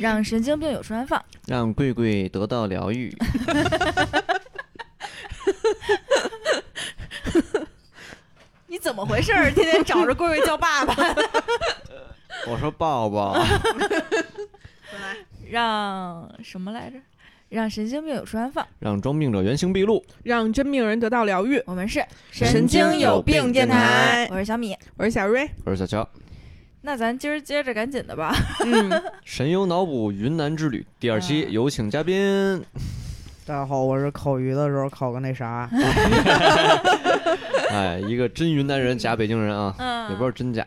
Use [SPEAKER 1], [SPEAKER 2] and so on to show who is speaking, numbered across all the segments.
[SPEAKER 1] 让神经病有处安放。
[SPEAKER 2] 让贵贵得到疗 愈。
[SPEAKER 1] 你怎么回事儿？天天找着贵贵叫爸爸，
[SPEAKER 2] 我说抱抱， 啊
[SPEAKER 1] 让什么来着？让神经病有处安放。
[SPEAKER 2] 让装病者原形 毕露。
[SPEAKER 3] 让真病人得到疗愈。
[SPEAKER 1] 我们是
[SPEAKER 3] 神经有病电台
[SPEAKER 1] 我是小米。
[SPEAKER 3] 我是小瑞，
[SPEAKER 2] 我是小乔。
[SPEAKER 1] 那咱今儿接着赶紧的吧。
[SPEAKER 3] 嗯，
[SPEAKER 2] 神游脑补云南之旅第二期，
[SPEAKER 1] 啊
[SPEAKER 2] 有请嘉宾。
[SPEAKER 4] 大家好，我是烤鱼的时候烤个那 啥，
[SPEAKER 2] 哎，一个真云南人，假北京人啊，
[SPEAKER 1] 嗯，
[SPEAKER 2] 也不知道真假。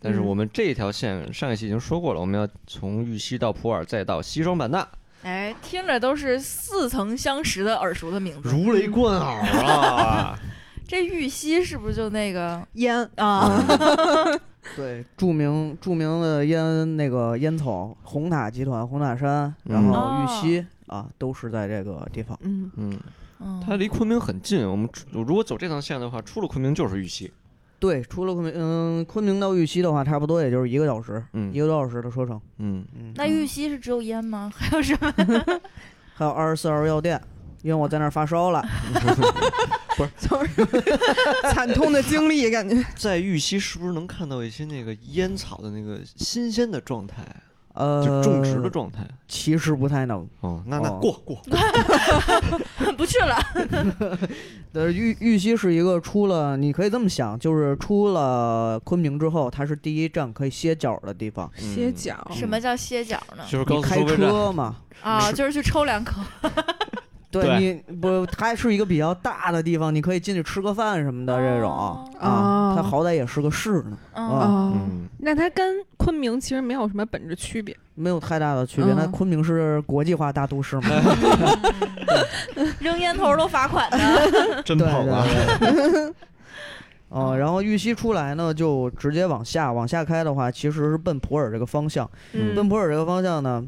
[SPEAKER 2] 但是
[SPEAKER 3] 嗯
[SPEAKER 2] 我们这条线上一期已经说过了，我们要从玉溪到普洱，再到西双版纳，
[SPEAKER 1] 哎，听着都是似曾相识的耳熟的名字。
[SPEAKER 2] 如雷贯耳 啊！
[SPEAKER 1] 这玉溪是不是就那个
[SPEAKER 3] 烟
[SPEAKER 2] 嗯
[SPEAKER 1] 啊？
[SPEAKER 4] 对，著名著名的烟那个烟草红塔集团、红塔山，然后
[SPEAKER 1] 嗯
[SPEAKER 4] 玉溪、啊，都是在这个地方。
[SPEAKER 3] 嗯，
[SPEAKER 2] 嗯，
[SPEAKER 1] 嗯
[SPEAKER 2] 它离昆明很近，我们出如果走这趟线的话，出了昆明就是玉溪。
[SPEAKER 4] 对，除了昆明，嗯，昆明到玉溪的话，差不多也就是一个小时，
[SPEAKER 2] 嗯
[SPEAKER 4] 一个多小时的车程。
[SPEAKER 2] 嗯，
[SPEAKER 4] 嗯，
[SPEAKER 1] 那玉溪是只有烟吗？ 还有什么？
[SPEAKER 4] 还有二十四号药店，因为我在那儿发烧 了。
[SPEAKER 3] 惨痛的经历，感觉
[SPEAKER 2] 在玉溪是不是能看到一些那个烟草的那个新鲜的状态，
[SPEAKER 4] 呃，
[SPEAKER 2] 就种植的状态？
[SPEAKER 4] 其实不太能。
[SPEAKER 2] 哦，那那
[SPEAKER 4] 哦
[SPEAKER 2] 过过，
[SPEAKER 1] 不去了。
[SPEAKER 4] 呃，玉玉溪是一个出了，你可以这么想，就是出了昆明之后，它是第一站可以歇脚的地方。
[SPEAKER 2] 嗯
[SPEAKER 3] 歇脚。
[SPEAKER 1] 什么叫歇脚呢？
[SPEAKER 2] 就是
[SPEAKER 4] 你
[SPEAKER 2] 高速
[SPEAKER 4] 开
[SPEAKER 2] 收费站。
[SPEAKER 4] 车嘛，
[SPEAKER 1] 啊，就是去抽两口。
[SPEAKER 4] 对你不，它是一个比较大的地方，你可以进去吃个饭什么的这种
[SPEAKER 1] 哦
[SPEAKER 4] 啊。
[SPEAKER 3] 哦
[SPEAKER 4] 它好歹也是个市呢，
[SPEAKER 1] 嗯
[SPEAKER 4] 啊
[SPEAKER 3] 哦，
[SPEAKER 2] 嗯，
[SPEAKER 3] 那它跟昆明其实没有什么本质区别。
[SPEAKER 4] 没有太大的区别。那
[SPEAKER 3] 嗯
[SPEAKER 4] 昆明是国际化大都市嘛？
[SPEAKER 1] 嗯扔烟头都罚款的。
[SPEAKER 2] 真
[SPEAKER 4] 对
[SPEAKER 2] 跑啊！
[SPEAKER 4] 对对。 哦，然后玉溪出来呢，就直接往下往下开的话，其实是奔普洱这个方向。
[SPEAKER 2] 嗯
[SPEAKER 4] 奔普洱这个方向呢，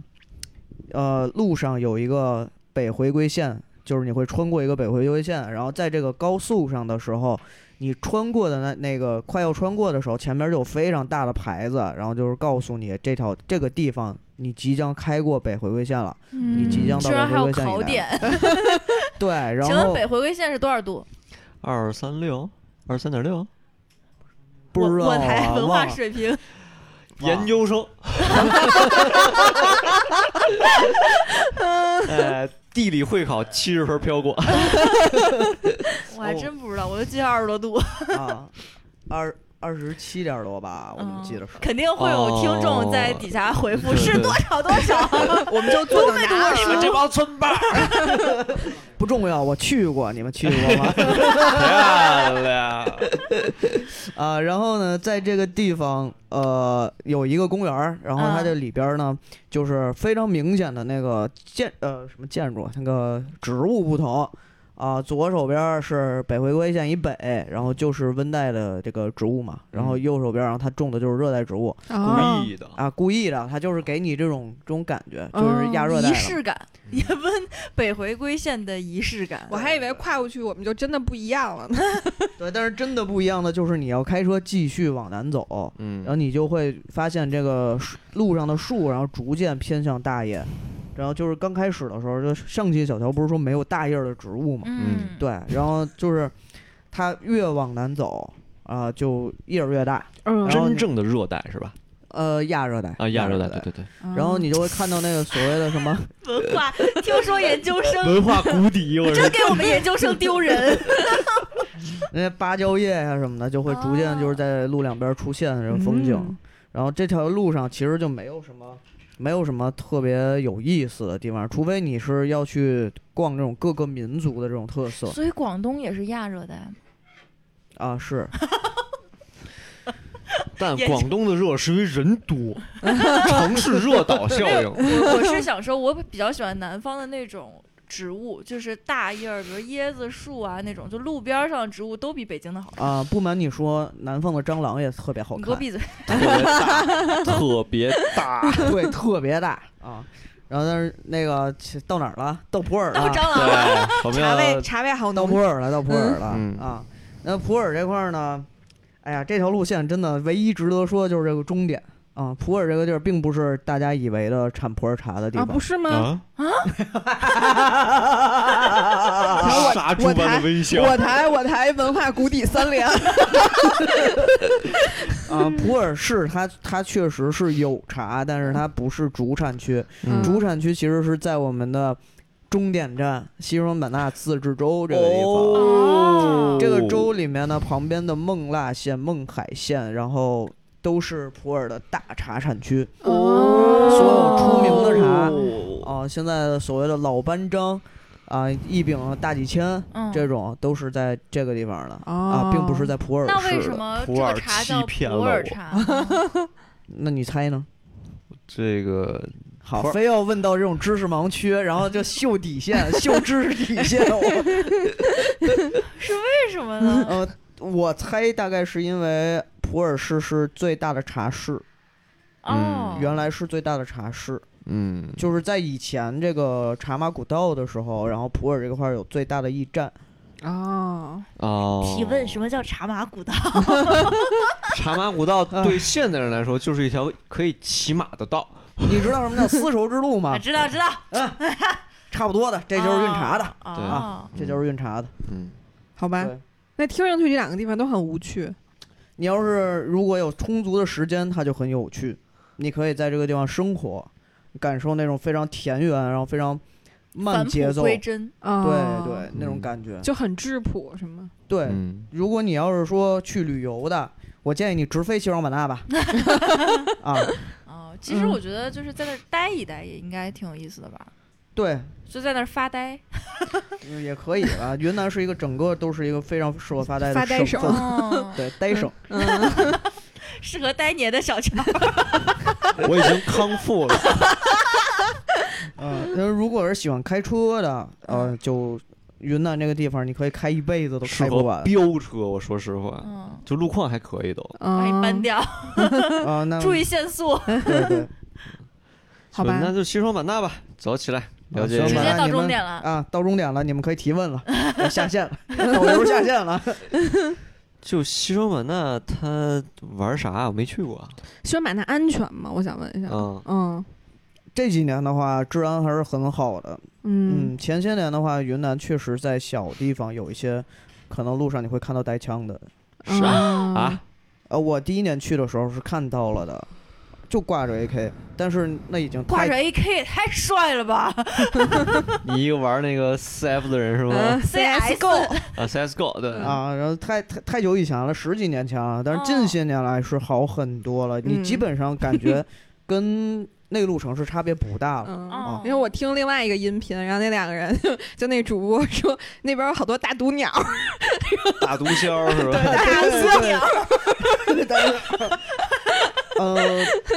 [SPEAKER 4] 呃，路上有一个北回归线，就是你会穿过一个北回归线，然后在这个高速上的时候，你穿过的那那个快要穿过的时候，前面就有非常大的牌子，然后就是告诉你这条这个地方你即将开过北回归线了。
[SPEAKER 3] 你
[SPEAKER 2] 即将
[SPEAKER 1] 嗯
[SPEAKER 4] 到
[SPEAKER 1] 居然
[SPEAKER 4] 北
[SPEAKER 1] 还
[SPEAKER 4] 回
[SPEAKER 1] 有
[SPEAKER 4] 归线以
[SPEAKER 1] 考
[SPEAKER 4] 南
[SPEAKER 1] 点。
[SPEAKER 4] 对，然
[SPEAKER 1] 请问
[SPEAKER 4] 后
[SPEAKER 1] 北回归线是多少度？
[SPEAKER 2] 二三六，二三点六，
[SPEAKER 4] 不
[SPEAKER 1] 我
[SPEAKER 4] 知道
[SPEAKER 1] 我台
[SPEAKER 4] 啊，
[SPEAKER 1] 文化
[SPEAKER 4] 忘
[SPEAKER 1] 水平。
[SPEAKER 4] 哇
[SPEAKER 2] 研究 生。呃，地理会考七十分飘 过。
[SPEAKER 1] 我还真不知道，我就记得二十多度，
[SPEAKER 4] 了啊，二二十七点多吧，我
[SPEAKER 1] 嗯
[SPEAKER 4] 们记 得是。
[SPEAKER 1] 肯定会有
[SPEAKER 4] 哦
[SPEAKER 1] 听众在底下回复
[SPEAKER 2] 哦
[SPEAKER 1] 是
[SPEAKER 2] 对对
[SPEAKER 1] 多少多 少。
[SPEAKER 3] 我们就 坐等着
[SPEAKER 1] 多
[SPEAKER 2] 你们这帮村霸，
[SPEAKER 4] 不重要，我去过，你们去过吗？
[SPEAKER 2] 漂亮！
[SPEAKER 4] 啊，然后呢，在这个地方，呃，有一个公园儿，然后
[SPEAKER 1] 啊
[SPEAKER 4] 它这里边儿呢，就是非常明显的那个建呃什么建筑，那个植物不同。啊，左手边儿是北回归线以北，然后就是温带的这个植物嘛，然后
[SPEAKER 2] 嗯
[SPEAKER 4] 右手边儿，然后它种的就是热带植物
[SPEAKER 2] 故
[SPEAKER 3] 哦，
[SPEAKER 2] 意的，
[SPEAKER 4] 啊，故意的，它就是给你这种这种感觉，就是亚热带
[SPEAKER 1] 哦仪
[SPEAKER 4] 的。
[SPEAKER 1] 式感，也问北回归线的仪式感。
[SPEAKER 4] 嗯
[SPEAKER 3] 我还以为跨过去我们就真的不一样了呢。
[SPEAKER 4] 对，但是真的不一样的就是你要开车继续往南走，然后
[SPEAKER 2] 嗯，
[SPEAKER 4] 你就会发现这个树路上的树，然后逐渐偏向大叶。然后就是刚开始的时候，就上期小乔不是说没有大叶儿的植物嘛？
[SPEAKER 1] 嗯，
[SPEAKER 4] 对，然后就是它越往南走啊、就叶儿越大，
[SPEAKER 3] 嗯
[SPEAKER 4] 然后
[SPEAKER 2] 真
[SPEAKER 4] 你
[SPEAKER 2] 正的热带是吧？
[SPEAKER 4] 呃，亚热带
[SPEAKER 2] 啊，亚热带，对
[SPEAKER 4] 带。
[SPEAKER 2] 对对，
[SPEAKER 4] 然后你就会看到那个所谓的什么，
[SPEAKER 1] 文化，听说研究生
[SPEAKER 2] 文化谷底，我
[SPEAKER 1] 真给我们研究生丢人。
[SPEAKER 4] 那些芭蕉叶呀、什么的，就会逐渐就是在路两边出现这种风景。
[SPEAKER 3] 嗯
[SPEAKER 4] 然后这条路上其实就没有什么，没有什么特别有意思的地方，除非你是要去逛这种各个民族的这种特色
[SPEAKER 1] 所以广东也是亚热带吗？
[SPEAKER 4] 啊，是
[SPEAKER 2] 但
[SPEAKER 1] 也
[SPEAKER 2] 广东的热是因为人多， 城市热岛效应。
[SPEAKER 1] 我我是想说，我比较喜欢南方的那种植物，就是大叶儿，比如椰子树啊那种，就路边儿上的植物都比北京的好看。
[SPEAKER 4] 啊，不瞒你说，南方的蟑螂也特别好
[SPEAKER 1] 你给我
[SPEAKER 4] 看，啊
[SPEAKER 1] 闭嘴！
[SPEAKER 2] 特别大，特别大。
[SPEAKER 4] 对，特别大啊。然后但是那个去到哪儿了？到普洱
[SPEAKER 1] 到
[SPEAKER 4] 了，
[SPEAKER 1] 蟑 螂了，
[SPEAKER 2] 对，我们
[SPEAKER 3] 茶
[SPEAKER 2] 要
[SPEAKER 3] 位茶位好
[SPEAKER 4] 到
[SPEAKER 3] 浓
[SPEAKER 4] 普洱了，到普洱了、
[SPEAKER 2] 嗯
[SPEAKER 4] 啊。那普洱这块儿呢，哎呀，这条路线真的唯一值得说就是这个终点啊、普洱这个地儿并不是大家以为的产普洱茶的地
[SPEAKER 3] 啊，
[SPEAKER 4] 方。
[SPEAKER 3] 不是吗？
[SPEAKER 5] 啊！
[SPEAKER 2] 啊
[SPEAKER 3] 我
[SPEAKER 5] 杀猪般的微笑，
[SPEAKER 3] 我台我台文化谷底三连，
[SPEAKER 4] 啊，普洱市它它确实是有茶，但是它不是主产区。
[SPEAKER 3] 嗯
[SPEAKER 4] 主产区其实是在我们的终点站西双版纳自治州这个地方。
[SPEAKER 1] 哦
[SPEAKER 4] 这个州里面呢，旁边的勐腊县、勐海县，然后都是普洱的大茶产区。
[SPEAKER 3] 哦
[SPEAKER 4] 所有出名的茶
[SPEAKER 5] 哦
[SPEAKER 4] 啊、现在的所谓的老班章，啊、一饼大几千，
[SPEAKER 1] 嗯哦
[SPEAKER 4] 这种都是在这个地方的。
[SPEAKER 3] 啊
[SPEAKER 4] 啊，并不是在普洱
[SPEAKER 1] 那为
[SPEAKER 4] 市
[SPEAKER 1] 什
[SPEAKER 4] 的，
[SPEAKER 1] 么这
[SPEAKER 5] 普
[SPEAKER 1] 个
[SPEAKER 5] 洱
[SPEAKER 1] 茶
[SPEAKER 5] 欺
[SPEAKER 1] 叫
[SPEAKER 5] 骗
[SPEAKER 1] 普
[SPEAKER 5] 了
[SPEAKER 1] 洱
[SPEAKER 5] 我
[SPEAKER 1] 茶？
[SPEAKER 4] 那你猜呢？
[SPEAKER 2] 这个
[SPEAKER 4] 好
[SPEAKER 2] 普，洱
[SPEAKER 4] 非要问到这种知识盲区，然后就秀底线，秀知识底线。我
[SPEAKER 1] 为什么 呢？
[SPEAKER 4] 呃，我猜大概是因为普洱市是最大的茶市，
[SPEAKER 1] 哦，
[SPEAKER 4] 原来是最大的茶市，
[SPEAKER 2] 嗯，
[SPEAKER 4] 就是在以前这个茶马古道的时候，然后普洱这块儿有最大的驿站。
[SPEAKER 3] 哦，
[SPEAKER 2] 哦，
[SPEAKER 1] 提问什么叫茶马古道？
[SPEAKER 2] 茶马古道对现代人来说就是一条可以骑马的道，
[SPEAKER 4] 你知道什么叫丝绸之路 吗？
[SPEAKER 1] 知道知道，
[SPEAKER 4] 差不多的，这就是运茶的，
[SPEAKER 2] 对
[SPEAKER 1] 哦，
[SPEAKER 4] 这就是运茶的。
[SPEAKER 2] 嗯，
[SPEAKER 3] 好吧
[SPEAKER 4] 对，
[SPEAKER 3] 那听上去这两个地方都很无趣。
[SPEAKER 4] 你要是如果有充足的时间，它就很有趣。你可以在这个地方生活，感受那种非常田园，然后非常慢
[SPEAKER 1] 返
[SPEAKER 4] 节
[SPEAKER 1] 璞
[SPEAKER 4] 奏，
[SPEAKER 1] 归
[SPEAKER 4] 对
[SPEAKER 1] 真，
[SPEAKER 3] 啊
[SPEAKER 4] 对，那种
[SPEAKER 2] 嗯
[SPEAKER 4] 感觉。
[SPEAKER 3] 就很质朴，是吗？
[SPEAKER 4] 对，
[SPEAKER 2] 嗯
[SPEAKER 4] 如果你要是说去旅游的，我建议你直飞西双版 纳吧。啊，
[SPEAKER 1] 哦，其实
[SPEAKER 3] 嗯
[SPEAKER 1] 我觉得就是在那儿待一待也应该挺有意思的吧，
[SPEAKER 4] 对，
[SPEAKER 1] 就在那儿发呆。
[SPEAKER 4] 嗯也可以吧。云南是一个整个都是一个非常适合发呆的
[SPEAKER 3] 发呆省
[SPEAKER 4] 份
[SPEAKER 1] 哦，
[SPEAKER 4] 对，呆省。
[SPEAKER 3] 嗯，
[SPEAKER 1] 适合呆年的小乔。
[SPEAKER 5] 我已经康复了。
[SPEAKER 4] 嗯，那如果是喜欢开车的，呃，
[SPEAKER 1] 嗯
[SPEAKER 4] 就云南这个地方，你可以开一辈子都
[SPEAKER 2] 适
[SPEAKER 4] 开不
[SPEAKER 2] 合
[SPEAKER 4] 完。
[SPEAKER 2] 飙车，我说实话，
[SPEAKER 1] 嗯，
[SPEAKER 2] 就路况还可以都，
[SPEAKER 1] 把你
[SPEAKER 3] 嗯
[SPEAKER 1] 搬掉，
[SPEAKER 4] 啊，那
[SPEAKER 1] 注意限速，
[SPEAKER 4] 对对，
[SPEAKER 3] 好
[SPEAKER 2] 所以
[SPEAKER 3] 吧
[SPEAKER 2] 那就西双版纳吧，走起来，了解
[SPEAKER 4] 行
[SPEAKER 2] 一
[SPEAKER 1] 直
[SPEAKER 4] 吧
[SPEAKER 2] 下。
[SPEAKER 1] 接到
[SPEAKER 4] 你
[SPEAKER 1] 终
[SPEAKER 4] 们
[SPEAKER 1] 点了。
[SPEAKER 4] 啊，到终点了，你们可以提问了，我下线了，导游下线了。
[SPEAKER 2] 就西双版纳，它玩啥？我没去过。
[SPEAKER 3] 西双版纳安全吗？我想问一下。
[SPEAKER 2] 嗯
[SPEAKER 3] 嗯
[SPEAKER 4] 这几年的话，治安还是很好的。
[SPEAKER 3] 嗯
[SPEAKER 4] 嗯，前些年的话，云南确实在小地方有一些，可能路上你会看到带枪的。
[SPEAKER 2] 是
[SPEAKER 3] 啊
[SPEAKER 2] 啊，
[SPEAKER 4] 呃，我第一年去的时候是看到了的，就挂着 AK，但是那已经
[SPEAKER 1] 挂
[SPEAKER 4] 太
[SPEAKER 1] 着 AK 也太帅了吧
[SPEAKER 2] 你一个玩那个四 F 的
[SPEAKER 3] 嗯
[SPEAKER 2] 人是吗？
[SPEAKER 1] ！CS
[SPEAKER 2] 啊，CSGO 对，
[SPEAKER 4] 啊，然后太太太久以前了，十几年前了，但是近些年来是好很多了。你基
[SPEAKER 3] 嗯
[SPEAKER 4] 本上感觉跟内陆城市差别不大了。
[SPEAKER 3] 嗯
[SPEAKER 1] 哦，
[SPEAKER 3] 因 为我听另外一个音频，然后那两个人 就那主播说那边有好多大毒鸟，
[SPEAKER 2] 打毒枭是吧？
[SPEAKER 4] 对
[SPEAKER 1] 大
[SPEAKER 4] 对
[SPEAKER 1] 毒
[SPEAKER 4] 对
[SPEAKER 1] 鸟，
[SPEAKER 4] 呃，